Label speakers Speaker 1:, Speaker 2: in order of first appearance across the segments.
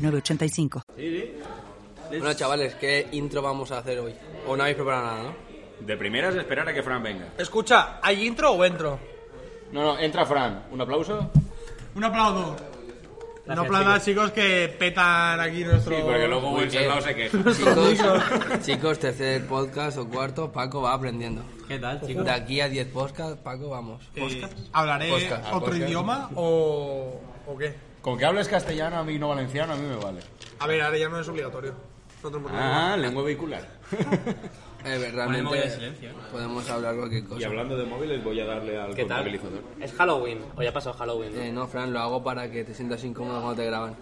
Speaker 1: 985.
Speaker 2: Bueno, chavales, ¿qué intro vamos a hacer hoy? ¿O no habéis preparado nada, no?
Speaker 3: De primeras, esperar a que Fran venga.
Speaker 4: Escucha, ¿hay intro o entro?
Speaker 3: No, no, entra Fran. ¿Un aplauso?
Speaker 4: Un aplaudo. Un aplaudo a chicos que petan aquí nuestro.
Speaker 3: Sí, porque luego Wenceslao se queja.
Speaker 2: Chicos, chicos, tercer podcast o cuarto, Paco va aprendiendo.
Speaker 5: ¿Qué tal, chicos?
Speaker 2: De aquí a 10 podcasts, Paco, vamos.
Speaker 4: Eh, ¿Hablaré
Speaker 2: Podcast.
Speaker 4: otro idioma o, o qué?
Speaker 3: Con que hables castellano a mí, no valenciano, a mí me vale.
Speaker 4: A ver, ahora ya no es obligatorio. Nosotros por
Speaker 3: Ah, lengua vehicular.
Speaker 2: Eh,
Speaker 5: Ponemos
Speaker 2: realmente
Speaker 5: móvil en silencio, ¿eh?
Speaker 2: podemos hablar cualquier
Speaker 3: Y
Speaker 2: cosa.
Speaker 3: hablando de móviles, voy a darle al
Speaker 6: ¿Qué tal?
Speaker 3: contabilizador.
Speaker 6: Es Halloween, o ya pasó Halloween. ¿no?
Speaker 2: Eh, no, Fran, lo hago para que te sientas incómodo cuando te graban.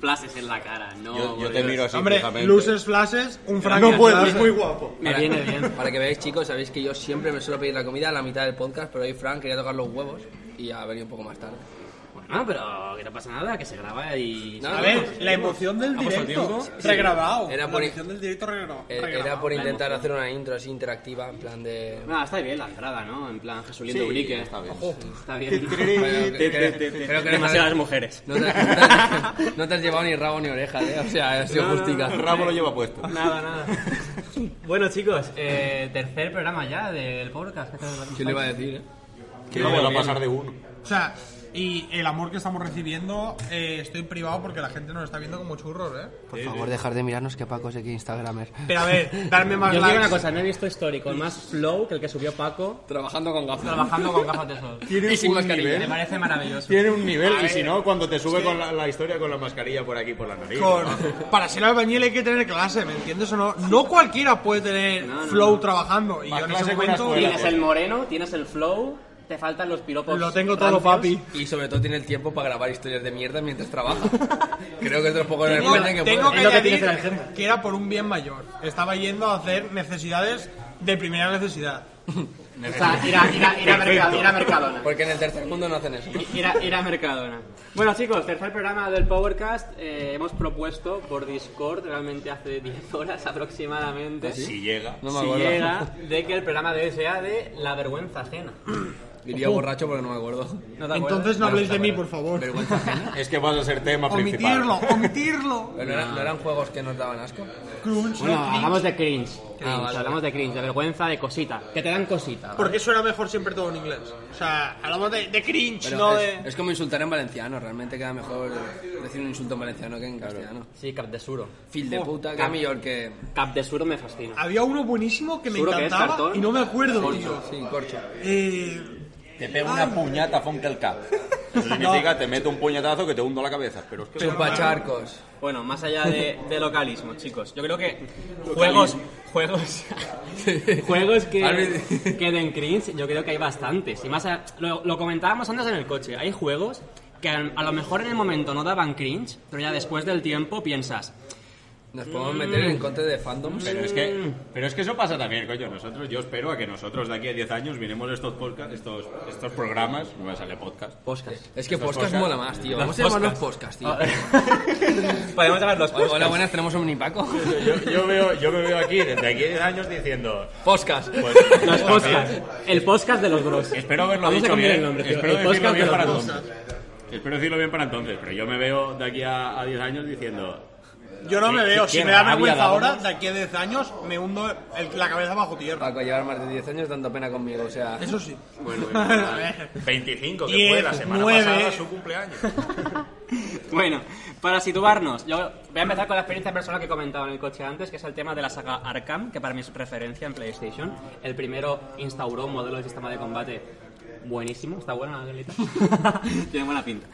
Speaker 6: Flashes en la cara, no.
Speaker 3: Yo, yo
Speaker 6: por
Speaker 3: te
Speaker 6: Dios.
Speaker 3: miro así.
Speaker 4: Hombre,
Speaker 3: fijamente.
Speaker 4: luces, flashes, un franco. No puedo, es muy guapo.
Speaker 6: Me
Speaker 2: Para-
Speaker 6: viene bien.
Speaker 2: Para que veáis, chicos, sabéis que yo siempre me suelo pedir la comida a la mitad del podcast, pero hoy Fran quería tocar los huevos y ha venido un poco más tarde.
Speaker 6: Bueno, pero que no pasa nada, que se graba y.
Speaker 2: No,
Speaker 4: A
Speaker 2: no,
Speaker 4: ver, la emoción del directo regrabado.
Speaker 2: Era
Speaker 4: la
Speaker 2: por-
Speaker 4: emoción del directo regra-
Speaker 2: Eh,
Speaker 4: regrabado.
Speaker 2: Era por intentar hacer una intro así interactiva, en plan de...
Speaker 6: Nada, está bien la entrada, ¿no? En plan, Jesús
Speaker 3: Sí,
Speaker 6: Lindo Urique.
Speaker 3: está bien.
Speaker 6: Está bien.
Speaker 2: Pero que- que- creo que no te has-
Speaker 5: mujeres.
Speaker 2: No te, no te- no te has llevado ni rabo ni oreja, ¿eh? O sea, ha sido justica.
Speaker 3: El rabo lo lleva puesto.
Speaker 6: Nada, nada. Bueno, chicos, eh, tercer programa ya del podcast.
Speaker 2: ¿Qué le iba a decir, eh?
Speaker 3: Que no vuelva a pasar de uno.
Speaker 4: O sea, y el amor que estamos recibiendo, eh, estoy privado porque la gente nos está viendo como churros, ¿eh?
Speaker 2: Por favor, dejar de mirarnos que Paco es aquí Instagramer.
Speaker 4: Pero a ver, darme más
Speaker 5: Yo os digo una
Speaker 4: likes.
Speaker 5: cosa, no he visto Story con más flow que el que subió Paco
Speaker 2: Trabajando con gafas.
Speaker 5: trabajando con gafas de sol.
Speaker 3: Tiene
Speaker 2: Y sin
Speaker 3: un
Speaker 2: mascarilla.
Speaker 3: nivel.
Speaker 5: Me parece maravilloso.
Speaker 3: Tiene un nivel. Y si no, cuando te sube con la, la historia con la mascarilla por aquí, por la nariz.
Speaker 4: Con- para ser albañil hay que tener clase, ¿me entiendes o no? No cualquiera puede tener flow trabajando. Y
Speaker 3: Más
Speaker 4: yo en
Speaker 3: clase
Speaker 4: ese
Speaker 3: que una
Speaker 4: momento
Speaker 3: escuela.
Speaker 6: Tienes el moreno, tienes el flow, te faltan los piropos.
Speaker 4: lo tengo todo,
Speaker 6: rancios.
Speaker 4: papi.
Speaker 2: Y sobre todo tiene el tiempo para grabar historias de mierda mientras trabaja. Creo que es de los pocos en
Speaker 4: Tengo,
Speaker 2: España que
Speaker 4: tengo
Speaker 2: puede.
Speaker 4: que
Speaker 5: Es lo que tiene
Speaker 4: añadir
Speaker 5: que ser
Speaker 4: que era por un bien mayor. Estaba yendo a hacer necesidades de primera necesidad.
Speaker 6: O sea, ir a, ir a- ir a Mercado- ir a Mercadona.
Speaker 2: Porque en el tercer mundo no hacen eso.
Speaker 6: Era, era Mercadona. Bueno, chicos, tercer programa del Powercast. eh, hemos propuesto por Discord, realmente hace 10 horas aproximadamente,
Speaker 3: Si llega.
Speaker 2: No me
Speaker 6: si
Speaker 2: acuerdo.
Speaker 6: llega, de que el programa de hoy sea de la vergüenza ajena.
Speaker 2: Diría borracho porque no me acuerdo.
Speaker 6: ¿No te acuerdas?
Speaker 4: Entonces no habléis de mí, por favor.
Speaker 2: Vergüenza ajena.
Speaker 3: Es que vas a ser tema principal.
Speaker 4: Omitirlo, omitirlo.
Speaker 2: Pero no, eran, no eran juegos que nos daban asco.
Speaker 4: Crunch,
Speaker 6: Bueno,
Speaker 4: no, cringe.
Speaker 6: hablamos de cringe.
Speaker 2: Ah, vale.
Speaker 6: Hablamos de cringe, de vergüenza, de cosita. Que te dan cosita.
Speaker 4: ¿Por qué suena mejor siempre todo en inglés? O sea, hablamos de, de cringe,
Speaker 2: Pero
Speaker 4: no eh.
Speaker 2: es,
Speaker 4: de...
Speaker 2: es como insultar en valenciano. Realmente queda mejor decir un insulto en valenciano que en castellano.
Speaker 6: Sí, Cap de Suro.
Speaker 2: Fil de puta, que es mejor que...
Speaker 6: Cap de Suro me fascina.
Speaker 4: Había uno buenísimo que me
Speaker 6: Seguro que es
Speaker 4: encantaba
Speaker 6: cartón.
Speaker 4: y no me acuerdo, tío.
Speaker 2: Sí, corcho.
Speaker 4: Eh,
Speaker 3: Te pego una puñata, Funkel Cap. Eso significa te meto un puñetazo que te hundo la cabeza. Pero es que
Speaker 2: Chupacharcos.
Speaker 6: Bueno, más allá de, de localismo, chicos. Yo creo que juegos, juegos, juegos que,
Speaker 2: Alvin-
Speaker 6: que den cringe, yo creo que hay bastantes. Y más a- lo, lo comentábamos antes en el coche. Hay juegos que al- a lo mejor en el momento no daban cringe, pero ya después del tiempo piensas,
Speaker 2: Nos podemos meter
Speaker 6: Mm.
Speaker 2: en contra de fandoms.
Speaker 3: Pero es, que, pero es que eso pasa también, coño. Nosotros, yo espero a que nosotros de aquí a 10 años miremos estos podcast, estos, estos programas, no me sale podcast,
Speaker 6: poscas.
Speaker 2: Es que
Speaker 3: Los
Speaker 2: podcast
Speaker 3: podcast.
Speaker 2: mola más, tío.
Speaker 6: Los
Speaker 2: Vamos a llamarnos podcast,
Speaker 6: podcast.
Speaker 2: tío.
Speaker 6: Podemos hablar "Ah, los
Speaker 2: Hola,
Speaker 6: podcasts.
Speaker 2: buenas, tenemos un minipaco.
Speaker 3: Yo, yo veo, yo me veo aquí desde aquí a 10 años diciendo...
Speaker 2: Podcast.
Speaker 3: pues,
Speaker 6: Los
Speaker 3: también.
Speaker 6: podcasts. El podcast de los bros.
Speaker 3: Espero haberlo
Speaker 6: Vamos a
Speaker 3: dicho
Speaker 6: cambiar
Speaker 3: bien.
Speaker 6: el nombre, tío.
Speaker 3: Espero
Speaker 6: El
Speaker 3: decirlo
Speaker 6: podcast
Speaker 3: bien
Speaker 6: de
Speaker 3: para
Speaker 6: los bros.
Speaker 3: entonces. Espero decirlo bien para entonces. Pero yo me veo de aquí a, a 10 años diciendo...
Speaker 4: yo no
Speaker 3: Qué-
Speaker 4: me veo.
Speaker 3: qué-
Speaker 4: Si
Speaker 3: qué
Speaker 4: me da
Speaker 3: rabia
Speaker 4: vergüenza
Speaker 3: da, ¿no?
Speaker 4: ahora, de aquí a 10 años, me hundo el- la cabeza bajo tierra.
Speaker 2: Paco, llevar más de 10 años dando pena conmigo, o sea...
Speaker 4: Eso sí.
Speaker 3: Bueno,
Speaker 4: A ver.
Speaker 3: 25, "Pues, que fue
Speaker 4: Diez,
Speaker 3: la semana
Speaker 4: nueve.
Speaker 3: pasada su cumpleaños.
Speaker 6: Bueno, para situarnos, yo voy a empezar con la experiencia personal que comentaba en el coche antes, que es el tema de la saga Arkham, que para mí es referencia en PlayStation. El primero instauró un modelo de sistema de combate buenísimo, está bueno la Angelita? Tiene buena pinta.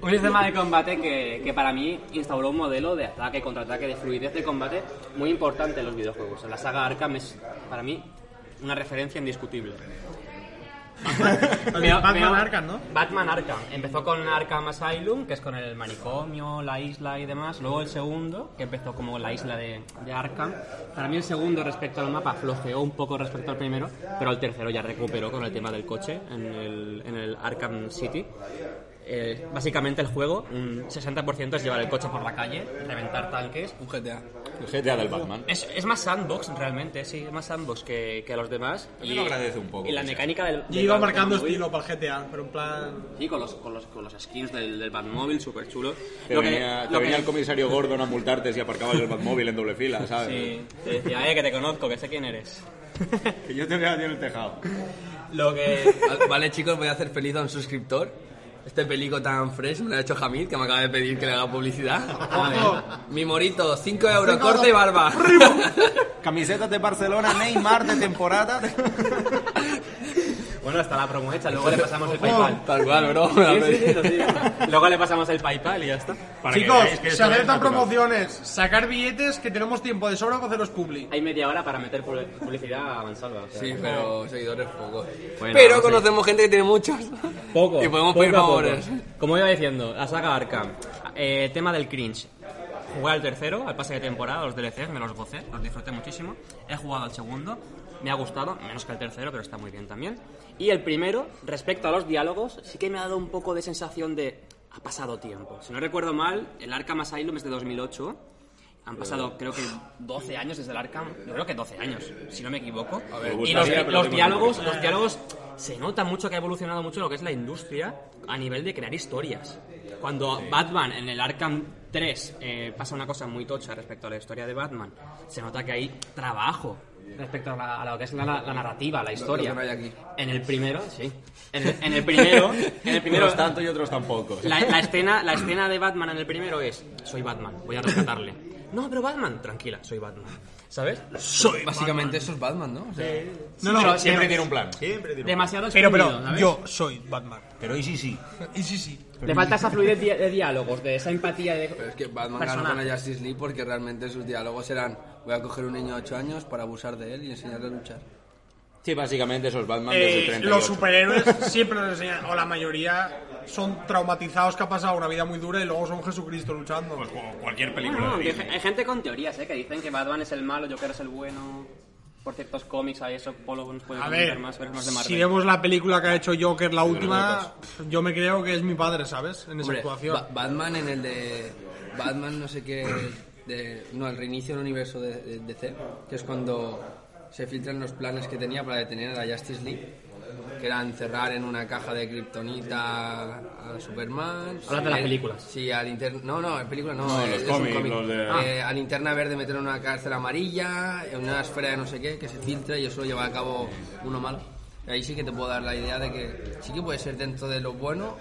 Speaker 6: Un sistema de combate que, que para mí instauró un modelo de ataque, contraataque, de fluidez de combate muy importante en los videojuegos. La saga Arkham es, para mí, una referencia indiscutible. Veo-
Speaker 4: Batman
Speaker 6: veo-
Speaker 4: Arkham, ¿no?
Speaker 6: Batman Arkham. Empezó con Arkham Asylum, que es con el manicomio, la isla y demás. Luego el segundo, que empezó como la isla de, de Arkham. Para mí el segundo respecto al mapa flojeó un poco respecto al primero, pero el tercero ya recuperó con el tema del coche en el, en el Arkham City. Eh, básicamente el juego, un 60% es llevar el coche por la calle, reventar tanques,
Speaker 2: Un GTA.
Speaker 3: El GTA del Batman.
Speaker 6: es, es más sandbox realmente, sí, es más sandbox que, que los demás.
Speaker 3: Yo te lo agradezco un poco,
Speaker 6: Y la
Speaker 3: o sea.
Speaker 6: mecánica del.
Speaker 4: Yo
Speaker 6: del
Speaker 4: iba
Speaker 6: Batmóvil-
Speaker 4: marcando estilo para el GTA, pero en plan.
Speaker 6: Sí, con los, con los, con los skins del, del Batmóvil, súper chulo.
Speaker 3: Te venía, te venía el comisario Gordon a multarte si aparcabas el Batmóvil en doble fila, ¿sabes?
Speaker 6: Sí, te decía, eh, que te conozco, que sé quién eres.
Speaker 3: Que yo te veo a ti en el tejado.
Speaker 6: Lo que.
Speaker 2: Vale, Vale, chicos, voy a hacer feliz a un suscriptor. Este pelico tan fresh me lo ha hecho Jamil, que me acaba de pedir que le haga publicidad. Mi morito, 5 euros, corte y barba.
Speaker 3: Camisetas de Barcelona, Neymar de temporada.
Speaker 6: Bueno, hasta la promo hecha, luego le pasamos el PayPal.
Speaker 2: Tal cual, bro. me lo ha
Speaker 6: Oh. Sí, sí, sí,
Speaker 2: pedido.
Speaker 6: lo sigo. Luego le pasamos el PayPal y ya está.
Speaker 4: Chicos, se aceptan promociones, sacar billetes que tenemos tiempo de sobra para haceros publi.
Speaker 6: Hay media hora para meter publi- publicidad a mansalva. o sea.
Speaker 2: Sí, pero seguidores pocos.
Speaker 6: Bueno,
Speaker 2: pero
Speaker 6: sí.
Speaker 2: conocemos gente que tiene muchos.
Speaker 6: Poco.
Speaker 2: Y podemos
Speaker 6: poco
Speaker 2: pedir
Speaker 6: a poco.
Speaker 2: favores.
Speaker 6: Como iba diciendo, la saga Arkham. Eh, tema del cringe. Jugué al tercero, al pase de temporada, los DLCs, me los gocé, los disfruté muchísimo. He jugado al segundo, me ha gustado, menos que el tercero, pero está muy bien también. Y el primero, respecto a los diálogos, sí que me ha dado un poco de sensación de. Ha pasado tiempo. Si no recuerdo mal, el Arkham Asylum es de 2008. Han pasado, creo que 12 años desde el Arkham. Yo creo que 12 años, si no me equivoco.
Speaker 3: ver, me
Speaker 6: y
Speaker 3: gustaría,
Speaker 6: los,
Speaker 3: pero
Speaker 6: los
Speaker 3: tengo
Speaker 6: diálogos, los diálogos se nota mucho que ha evolucionado mucho lo que es la industria a nivel de crear historias. Cuando Batman en el Arkham 3 eh, pasa una cosa muy tocha respecto a la historia de Batman, se nota que hay trabajo respecto a, la- a lo que es la, la narrativa, la historia.
Speaker 2: que no hay aquí.
Speaker 6: En el primero, sí. En el, en el primero, en el primero
Speaker 3: Unos tanto y otros tampoco.
Speaker 6: la, la escena, la escena de Batman en el primero es: Soy Batman, voy a rescatarle. No, pero Batman, tranquila, soy Batman. ¿Sabes?
Speaker 2: Básicamente eso es Batman, ¿no? O sea,
Speaker 4: No, no,
Speaker 3: Siempre tiene un plan.
Speaker 6: Demasiado
Speaker 4: Pero,
Speaker 6: exprimido,
Speaker 4: pero,
Speaker 6: ¿sabes?
Speaker 4: yo soy Batman.
Speaker 3: Pero y sí, sí.
Speaker 4: Y sí, sí.
Speaker 6: Le falta esa fluidez di- de diálogos, de esa empatía de...
Speaker 2: Pero es que Batman ganó con
Speaker 6: Personaje.
Speaker 2: la Justice League porque realmente sus diálogos eran voy a coger un niño de 8 años para abusar de él y enseñarle a luchar.
Speaker 3: Sí, básicamente esos Batman desde el
Speaker 4: Eh,
Speaker 3: 38.
Speaker 4: los superhéroes siempre nos enseñan, o la mayoría, son traumatizados que ha pasado una vida muy dura y luego son Jesucristo luchando.
Speaker 3: Pues, O cualquier película.
Speaker 6: No,
Speaker 3: de
Speaker 6: que
Speaker 3: Disney.
Speaker 6: hay gente con teorías, ¿eh? Que dicen que Batman es el malo, Joker es el bueno... Por ciertos cómics hay eso, Polo nos puede
Speaker 4: A
Speaker 6: comentar
Speaker 4: ver,
Speaker 6: más, pero es más de Marvel.
Speaker 4: si vemos la película que ha hecho Joker, la última, yo me creo que es mi padre, ¿sabes? En esa
Speaker 2: Hombre,
Speaker 4: actuación.
Speaker 2: Ba- Batman en el de Batman no sé qué de- no el reinicio del universo de, de- de DC que es cuando se filtran los planes que tenía para detener a la Justice League que eran cerrar en una caja de kriptonita a Superman
Speaker 6: Hablas de las
Speaker 2: eh,
Speaker 6: películas.
Speaker 2: sí al interna no no en películas no,
Speaker 3: No,
Speaker 2: eh,
Speaker 3: los
Speaker 2: es un
Speaker 3: cómics,
Speaker 2: cómic.
Speaker 3: los de-
Speaker 2: Eh, a linterna verde meter en una cárcel amarilla en una esfera de no sé qué que se filtra y eso lo lleva a cabo uno malo ahí sí que te puedo dar la idea de que sí que puede ser dentro de lo bueno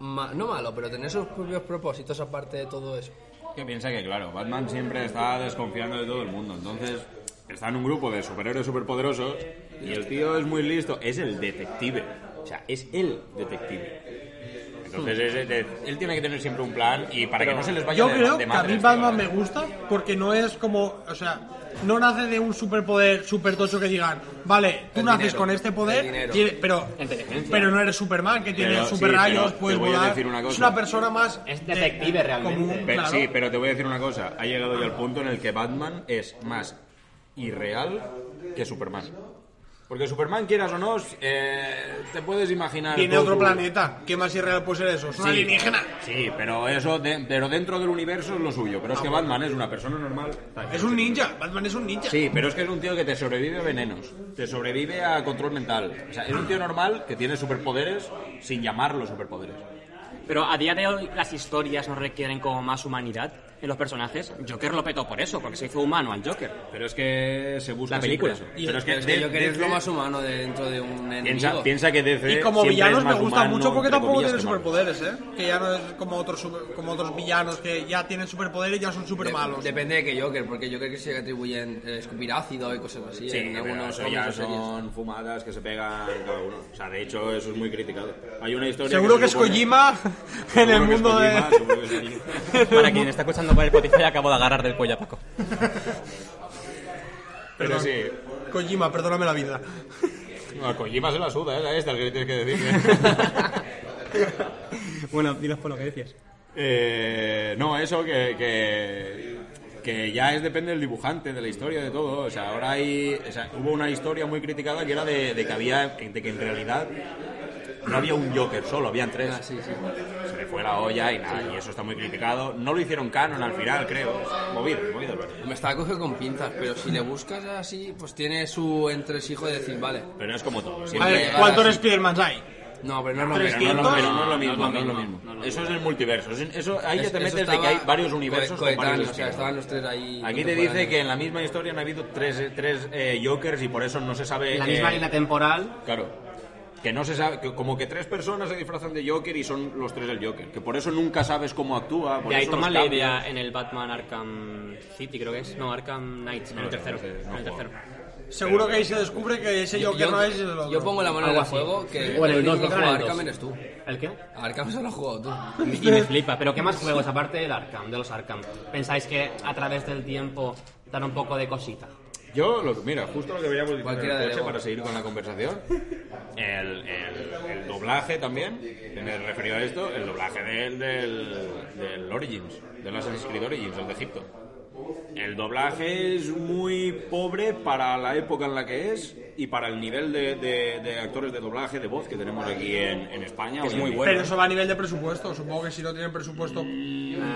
Speaker 2: Ma- no malo, pero tener sus propios propósitos aparte de todo eso.
Speaker 3: Que piensa que, claro, Batman siempre está desconfiando de todo el mundo. Entonces, está en un grupo de superhéroes superpoderosos y el tío es muy listo. Es el detective. O sea, es el detective. Entonces, es- es- es- él tiene que tener siempre un plan y para que no se les vaya
Speaker 4: Hmm. Yo
Speaker 3: de-
Speaker 4: creo
Speaker 3: de
Speaker 4: que a mí
Speaker 3: madres,
Speaker 4: Batman
Speaker 3: tío.
Speaker 4: me gusta porque no es como, o sea, no nace de un superpoder super tocho que digan, vale, tú
Speaker 2: El
Speaker 4: naces
Speaker 2: dinero,
Speaker 4: con este
Speaker 2: el
Speaker 4: poder,
Speaker 2: dinero.
Speaker 4: tiene- pero,
Speaker 6: Inteligencia.
Speaker 4: pero no eres Superman que tiene
Speaker 3: Pero, sí,
Speaker 4: super rayos,
Speaker 3: pero te
Speaker 4: puedes
Speaker 3: voy a
Speaker 4: volar.
Speaker 3: decir una
Speaker 4: Es
Speaker 3: cosa.
Speaker 4: una persona más
Speaker 6: Es
Speaker 4: de-
Speaker 6: detective realmente.
Speaker 4: común,
Speaker 3: Pero-
Speaker 4: claro.
Speaker 3: Sí, pero te voy a decir una cosa. Ha llegado ya el punto en el que Batman es más irreal que Superman. Porque Superman, quieras o no, eh, te puedes imaginar...
Speaker 4: Tiene
Speaker 3: todo
Speaker 4: otro
Speaker 3: su-
Speaker 4: planeta. ¿Qué más irreal puede ser eso? Es un alienígena.
Speaker 3: Sí, pero eso, de- pero dentro del universo es lo suyo. Pero es que Batman es una persona normal.
Speaker 4: Es un ninja. Batman es un ninja.
Speaker 3: Sí, pero es que es un tío que te sobrevive a venenos, te sobrevive a control mental. O sea, es un tío normal que tiene superpoderes sin llamarlos superpoderes.
Speaker 6: Pero a día de hoy las historias nos requieren como más humanidad en los personajes. Joker lo petó por eso, porque se hizo humano al Joker.
Speaker 3: Pero es que se busca
Speaker 6: La película.
Speaker 3: siempre
Speaker 4: Y-
Speaker 3: Pero es que,
Speaker 2: Pero es que
Speaker 3: de-
Speaker 2: yo creo que es lo
Speaker 3: DC
Speaker 2: más humano de dentro de un enemigo.
Speaker 3: Piensa, piensa que DC
Speaker 4: Y como
Speaker 3: siempre
Speaker 4: villanos
Speaker 3: es
Speaker 4: me
Speaker 3: más
Speaker 4: gustan
Speaker 3: humano,
Speaker 4: mucho porque
Speaker 3: entre
Speaker 4: tampoco
Speaker 3: comillas,
Speaker 4: tienen
Speaker 3: que Marvel.
Speaker 4: superpoderes, ¿eh? Que ya no es como otros, super- como otros villanos que ya tienen superpoderes y ya son super
Speaker 2: De-
Speaker 4: malos.
Speaker 2: Depende de que Joker, porque Joker que se atribuyen eh, escupir ácido y cosas así.
Speaker 3: Sí,
Speaker 2: en
Speaker 3: pero
Speaker 2: algunos
Speaker 3: eso ya
Speaker 2: cómics o series.
Speaker 3: son fumadas que se pegan cada uno. O sea, de hecho, eso es muy criticado. Hay una historia
Speaker 4: Seguro que
Speaker 3: se
Speaker 4: es
Speaker 3: supone-
Speaker 4: Kojima
Speaker 3: Seguro
Speaker 4: en el
Speaker 3: que es
Speaker 4: mundo de...
Speaker 3: Kojima, seguro que es Kojima.
Speaker 6: Para quien está escuchando por el Spotify, acabo de agarrar del cuello a Paco.
Speaker 3: Pero sí,
Speaker 4: Kojima, perdóname la vida.
Speaker 3: No, a Kojima se la suda, ¿eh? Esta es que le tienes que decir.
Speaker 6: Bueno, dinos por lo que decías.
Speaker 3: Eh, no, eso que, que, que ya es depende del dibujante, de la historia, de todo. O sea, ahora hay. o sea, hubo una historia muy criticada que era de, de que había. de que en realidad no había un Joker solo, habían tres. Se le fue la olla y nada, y eso está muy criticado. No lo hicieron canon al final, creo. Movido, movido, pero.
Speaker 2: Me estaba cogido con pinzas, pero si le buscas así, pues tiene su entresijo de decir, vale.
Speaker 3: Pero es como todo.
Speaker 4: A
Speaker 3: Siempre,
Speaker 4: ver, ¿cuántos Spidermans hay?
Speaker 2: No, pero no es lo
Speaker 3: Pero
Speaker 2: mismo. no
Speaker 3: no, no,
Speaker 2: es
Speaker 3: pero
Speaker 2: lo
Speaker 3: no
Speaker 2: mismo.
Speaker 3: es lo mismo, no es lo
Speaker 6: no es lo mismo.
Speaker 3: mismo. Eso es el multiverso. Eso- Eso, ahí ya
Speaker 2: Es-
Speaker 3: te
Speaker 2: eso
Speaker 3: metes de que
Speaker 2: estaba
Speaker 3: hay varios universos
Speaker 2: co-
Speaker 3: con varios
Speaker 2: coetáneos, o sea,
Speaker 3: estilos.
Speaker 2: estaban los tres ahí.
Speaker 3: Aquí te dice que en la misma historia han habido tres, tres eh, Jokers y por eso no se sabe.
Speaker 6: La
Speaker 3: eh,
Speaker 6: misma línea temporal.
Speaker 3: Claro. Que no se sabe, que como que tres personas se disfrazan de Joker y son los tres el Joker. Que por eso nunca sabes cómo actúa. Por
Speaker 6: Y ahí
Speaker 3: eso los
Speaker 6: toman la
Speaker 3: cambios.
Speaker 6: idea en el Batman Arkham City, creo que es. No, Arkham Knight, en el
Speaker 3: no
Speaker 6: tercero.
Speaker 3: sé, no
Speaker 6: en el
Speaker 3: juego.
Speaker 6: tercero.
Speaker 4: Seguro que ahí se descubre que ese
Speaker 2: Yo,
Speaker 4: Joker
Speaker 2: yo-
Speaker 4: no es el otro.
Speaker 2: yo pongo la mano en el
Speaker 6: Algo así.
Speaker 2: fuego que
Speaker 6: Bueno, el
Speaker 2: el único
Speaker 6: dos,
Speaker 2: que
Speaker 6: creo que
Speaker 2: juega
Speaker 6: era el
Speaker 2: Arkham
Speaker 6: dos.
Speaker 2: eres tú.
Speaker 6: ¿El qué?
Speaker 2: Arkham solo has jugado tú.
Speaker 6: Y me flipa. Pero ¿qué más juegos aparte del Arkham, de los Arkham? ¿Pensáis que a través del tiempo dan un poco de cosita?
Speaker 3: Yo, lo, que- mira, justo lo que veíamos diciendo en el
Speaker 2: Cualquiera de
Speaker 3: coche
Speaker 2: Lego.
Speaker 3: para seguir con la conversación. El, el- el doblaje también, me referido a esto, el doblaje del, del, del Origins, del Assassin's Creed Origins, el de Egipto. El doblaje es muy pobre para la época en la que es y para el nivel de, de- de actores de doblaje, de voz que tenemos aquí en, en España. hoy en día.
Speaker 4: Pero eso va a nivel de presupuesto. Supongo que si no tienen presupuesto.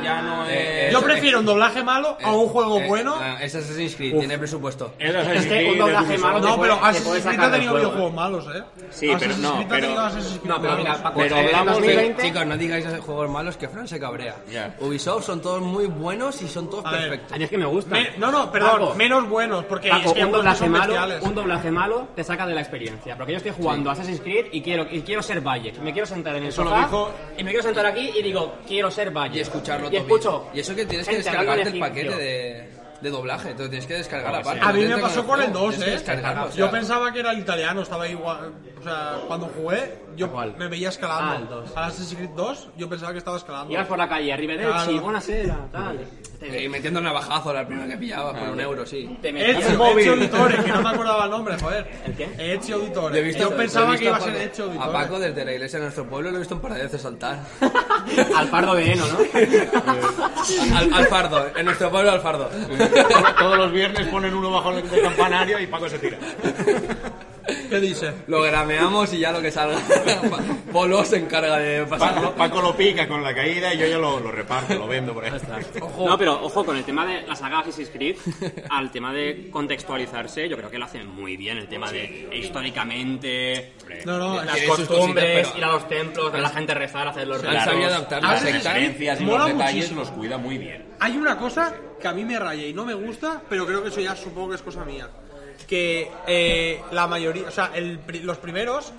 Speaker 3: Ya no es...
Speaker 4: Yo
Speaker 2: eso-
Speaker 4: prefiero un doblaje malo a un juego
Speaker 2: Eh,
Speaker 4: bueno. Eh,
Speaker 2: ah, es Assassin's Creed, tiene presupuesto.
Speaker 3: el Assassin's
Speaker 6: Es
Speaker 2: Este,
Speaker 6: que Este, un
Speaker 3: Creed de
Speaker 6: doblaje
Speaker 3: Ubisoft.
Speaker 6: malo
Speaker 4: No,
Speaker 6: te
Speaker 4: pero
Speaker 6: puede- te
Speaker 4: Assassin's
Speaker 6: puede
Speaker 4: Creed
Speaker 6: sacar
Speaker 4: ha
Speaker 6: del
Speaker 4: tenido
Speaker 6: juego,
Speaker 4: videojuegos malos, ¿eh?
Speaker 3: Sí, pero
Speaker 4: Assassin's
Speaker 3: no,
Speaker 4: Creed ha
Speaker 3: pero-
Speaker 4: tenido Assassin's Creed
Speaker 6: No, pero mira,
Speaker 4: malos.
Speaker 6: Paco,
Speaker 3: Pero
Speaker 2: eh,
Speaker 6: en el
Speaker 3: hablamos de-
Speaker 6: 2020
Speaker 2: Chicos, no digáis esos juegos malos que Fran se cabrea.
Speaker 3: Ya.
Speaker 2: Ubisoft son todos muy buenos y son todos
Speaker 4: A ver.
Speaker 2: perfectos.
Speaker 6: A mí es que me gusta.
Speaker 4: Me- no, no, perdón,
Speaker 6: Paco,
Speaker 4: menos buenos, porque
Speaker 6: Paco,
Speaker 4: es que
Speaker 6: un,
Speaker 4: algunos
Speaker 6: doblaje
Speaker 4: son
Speaker 6: malo,
Speaker 4: bestiales.
Speaker 6: un doblaje malo te saca de la experiencia. Porque yo estoy jugando a Assassin's Creed y quiero, y quiero ser Valle. Me quiero sentar en el
Speaker 3: Eso lo
Speaker 6: sofá
Speaker 3: dijo-
Speaker 6: y me quiero sentar aquí y digo, quiero ser Valle.
Speaker 2: Y escucharlo
Speaker 6: Y
Speaker 2: todo.
Speaker 6: escucho.
Speaker 2: bien. Y eso que tienes que
Speaker 6: gente hablando
Speaker 2: descargarte el
Speaker 6: en egipcio.
Speaker 2: paquete de, de doblaje. Entonces tienes que descargar la parte.
Speaker 4: A mí me pasó con el 2, ¿eh?
Speaker 2: Descargarlo, o sea,
Speaker 4: Yo pensaba que era el italiano, estaba ahí gua- O sea, cuando jugué, yo
Speaker 6: ¿Cuál?
Speaker 4: me veía
Speaker 6: Ah, el
Speaker 4: escalando.
Speaker 6: dos.
Speaker 4: Al Assassin's Creed 2, yo pensaba que estaba escalando.
Speaker 6: Ibas por la calle, arrivederci,
Speaker 4: Claro.
Speaker 6: buonasera, tal. Te,
Speaker 2: Y metiendo el navajazo, la primera que pillaba por un euro, sí.
Speaker 6: te metías
Speaker 4: Ezio,
Speaker 6: el móvil.
Speaker 4: Ezio Auditore, que no me acordaba el nombre, joder.
Speaker 6: ¿El qué?
Speaker 4: Ezio
Speaker 2: Le he
Speaker 4: Auditore.
Speaker 2: visto- le
Speaker 4: yo
Speaker 2: he
Speaker 4: pensaba
Speaker 2: visto
Speaker 4: que iba a
Speaker 2: Paco-
Speaker 4: ser Ezio
Speaker 2: A
Speaker 4: Auditore.
Speaker 2: Paco desde la iglesia de nuestro pueblo lo he visto un par de veces saltar.
Speaker 6: Al fardo de heno, ¿no?
Speaker 2: al, al fardo, en nuestro pueblo al fardo.
Speaker 3: Todos los viernes ponen uno bajo el del campanario y Paco se tira.
Speaker 4: ¿Qué dice?
Speaker 2: Lo grameamos y ya lo que salga. Polo se encarga de pasarlo.
Speaker 3: Paco, Paco lo pica con la caída y yo ya lo, lo reparto, lo vendo por ahí.
Speaker 6: No, pero ojo, con el tema de la saga Assassin's Creed, al tema de contextualizarse, yo creo que lo hacen muy bien. El tema de históricamente,
Speaker 4: No, no,
Speaker 6: las
Speaker 4: es-
Speaker 2: tiene sus
Speaker 6: costumbres,
Speaker 2: cositas, pero-
Speaker 6: ir a los templos, ver a la gente rezar, hacer los
Speaker 2: Han
Speaker 6: rezos.
Speaker 2: sabido adaptar la
Speaker 4: Ah, sí, sí,
Speaker 2: secta.
Speaker 4: sí.
Speaker 3: Referencias y
Speaker 4: Mola
Speaker 3: los detalles
Speaker 4: muchísimo.
Speaker 3: los cuida muy bien.
Speaker 4: Hay una cosa que a mí me raya y no me gusta, pero creo que eso ya supongo que es cosa mía. Que eh, la mayoría, o sea, el pri- los primeros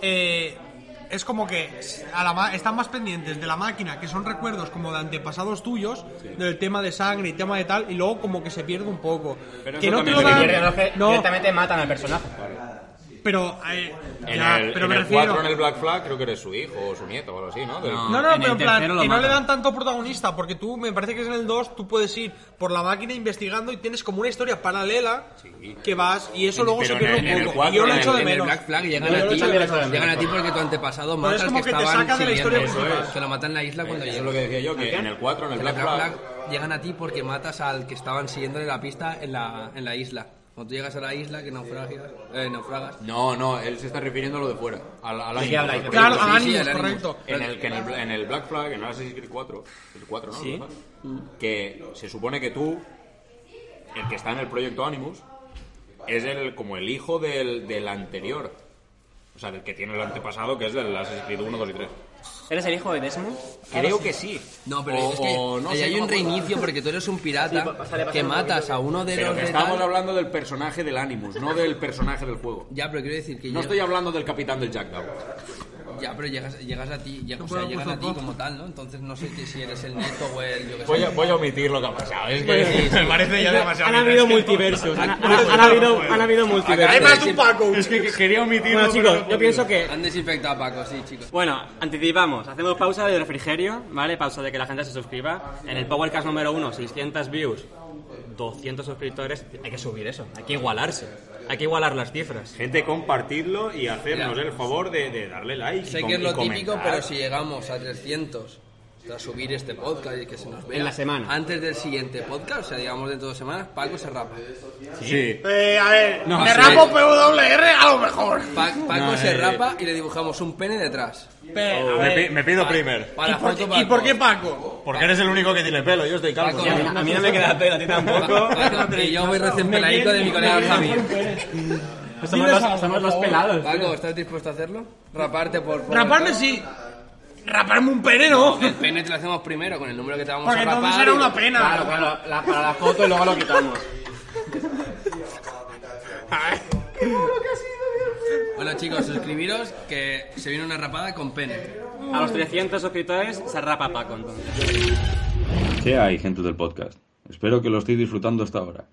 Speaker 4: eh, es como que a la ma- están más pendientes de la máquina, que son recuerdos como de antepasados tuyos, del tema de sangre y tema de tal, y luego como que se pierde un poco.
Speaker 3: Pero
Speaker 4: que
Speaker 3: eso
Speaker 4: no te
Speaker 3: también
Speaker 4: lo
Speaker 3: se
Speaker 4: dan-
Speaker 3: pierde,
Speaker 6: ¿no? Que
Speaker 4: no,
Speaker 6: Directamente matan al personaje.
Speaker 4: pero, eh,
Speaker 3: En
Speaker 4: ya,
Speaker 3: el,
Speaker 4: pero
Speaker 3: en
Speaker 4: me
Speaker 3: el
Speaker 4: refiero.
Speaker 3: 4 en el Black Flag creo que eres su hijo o su nieto o algo así, ¿no? Del-
Speaker 4: No, no,
Speaker 6: En
Speaker 4: pero
Speaker 6: el
Speaker 4: en plan, que
Speaker 6: tercero lo
Speaker 4: no le
Speaker 6: matan.
Speaker 4: dan tanto protagonista, porque tú, me parece que es en el 2, tú puedes ir por la máquina investigando y tienes como una historia paralela que vas, y eso luego
Speaker 3: pero
Speaker 4: se
Speaker 3: en
Speaker 4: pierde
Speaker 3: el- en
Speaker 4: un
Speaker 3: el
Speaker 4: poco.
Speaker 3: cuatro,
Speaker 4: Yo lo
Speaker 3: en
Speaker 4: echo de
Speaker 2: en el
Speaker 4: menos.
Speaker 2: Black Flag
Speaker 4: Yo
Speaker 2: llegan
Speaker 4: lo
Speaker 2: a ti,
Speaker 4: echo de menos.
Speaker 2: llegan a ti porque tu antepasado
Speaker 4: Pero es
Speaker 2: matas
Speaker 4: como que te
Speaker 2: estaban
Speaker 4: saca de la historia
Speaker 2: siguiendo.
Speaker 4: principal.
Speaker 2: Te ¿eh? lo matan en la isla cuando
Speaker 3: Eso es
Speaker 2: llegan.
Speaker 3: lo que decía yo, que en el 4, en el
Speaker 2: En
Speaker 3: Black Flag...
Speaker 2: llegan a ti porque matas al que estaban siguiéndole la pista en la, en la isla. Cuando tú llegas a la isla que naufragas, eh, naufragas.
Speaker 3: No, no, él se está refiriendo a lo de fuera. Al, al
Speaker 6: qué
Speaker 3: ánimo,
Speaker 6: habláis?
Speaker 3: al
Speaker 4: Claro,
Speaker 3: proyecto.
Speaker 2: Sí, sí,
Speaker 4: Animus,
Speaker 2: el Animus.
Speaker 4: correcto.
Speaker 3: En el, que en, el, en el Black Flag, en el Assassin's Creed 4, el 4, ¿no?
Speaker 6: Sí.
Speaker 3: Que se supone que tú, el que está en el proyecto Animus, es el como el hijo del, del anterior. O sea, del que tiene el antepasado, que es del Assassin's Creed 1, 2 y 3.
Speaker 6: ¿Eres el hijo de Desmond?
Speaker 3: Creo que sí.
Speaker 2: No, pero
Speaker 3: O-
Speaker 2: es que
Speaker 3: o no
Speaker 2: ahí
Speaker 3: sé,
Speaker 2: hay
Speaker 3: no
Speaker 2: un
Speaker 3: me acuerdo.
Speaker 2: reinicio porque tú eres un pirata
Speaker 6: Sí, pa- pásale, pásale
Speaker 2: que
Speaker 6: un
Speaker 2: matas a uno de
Speaker 3: Pero
Speaker 2: los
Speaker 3: que
Speaker 2: de
Speaker 3: estamos
Speaker 2: tal.
Speaker 3: hablando del personaje del Animus, no del personaje del juego.
Speaker 2: Ya, pero quiero decir que
Speaker 3: No
Speaker 2: yo-
Speaker 3: estoy hablando del capitán del Jack Dawson.
Speaker 2: Ya, pero llegas, llegas a ti, llega- o sea,
Speaker 4: puedo,
Speaker 2: llegan
Speaker 4: por
Speaker 2: a ti
Speaker 4: favor.
Speaker 2: como tal, ¿no? Entonces no sé que si eres el nieto o el yo qué sé.
Speaker 3: Voy a, voy a omitir lo que ha pasado. Es que
Speaker 2: Sí, sí.
Speaker 3: me parece ya demasiado.
Speaker 5: Han habido multiversos. Han, han- han habido, han habido multiversos.
Speaker 2: Además, tú, Paco.
Speaker 3: Es que quería omitirlo.
Speaker 5: Bueno, chicos, yo pienso que
Speaker 2: Han desinfectado a Paco, sí, chicos.
Speaker 6: Bueno, anticipamos, hacemos pausa de refrigerio, ¿vale? Pausa de que la gente se suscriba. En el Powercast número 1, 600 views, 200 suscriptores. Hay que subir eso, hay que igualarse. Hay que igualar las cifras.
Speaker 3: Gente, compartidlo y hacernos
Speaker 2: Mira.
Speaker 3: el favor de, de darle like. y
Speaker 2: Sé
Speaker 3: com-
Speaker 2: que es
Speaker 3: y
Speaker 2: lo típico,
Speaker 3: comentar.
Speaker 2: pero si llegamos a 300 tras subir este podcast y que se nos vea
Speaker 6: En la semana.
Speaker 2: antes del siguiente podcast, o sea, digamos dentro de dos semanas, Paco se rapa.
Speaker 3: Sí.
Speaker 4: Eh, a ver,
Speaker 3: No,
Speaker 4: me
Speaker 3: sí.
Speaker 4: rapo PWR a lo mejor.
Speaker 2: Pa- Paco
Speaker 3: No,
Speaker 2: se
Speaker 3: eh.
Speaker 2: rapa y le dibujamos un pene detrás.
Speaker 4: Pero, a
Speaker 3: Me,
Speaker 4: ver,
Speaker 3: pi- me pido
Speaker 2: Pa-
Speaker 3: primer.
Speaker 2: Para
Speaker 4: ¿y, por
Speaker 2: foto,
Speaker 4: qué, ¿Y
Speaker 2: Paco.
Speaker 4: por qué Paco?
Speaker 3: Porque eres el único que tiene pelo, yo estoy calvo.
Speaker 2: Paco,
Speaker 6: A mí no me queda pelo, a ti tampoco.
Speaker 2: Paco, y yo voy recién peladito de mi colega Javi.
Speaker 6: Somos los, somos los pelados.
Speaker 2: Paco, ¿estás dispuesto a hacerlo? Raparte por... por
Speaker 4: Raparme
Speaker 2: detrás.
Speaker 4: sí. Raparme un pene no.
Speaker 2: El pene te lo hacemos primero con el número que te vamos
Speaker 4: Porque
Speaker 2: a rapar.
Speaker 4: entonces era
Speaker 2: y-
Speaker 4: una pena.
Speaker 5: Claro, claro, la- para la foto y luego lo quitamos.
Speaker 4: Ay,
Speaker 2: Bueno chicos, suscribiros que se viene una rapada con pene.
Speaker 6: A los 300 suscriptores se rapa Paco, entonces.
Speaker 7: ¿Qué hay, gente del podcast? Espero que lo estéis disfrutando hasta ahora.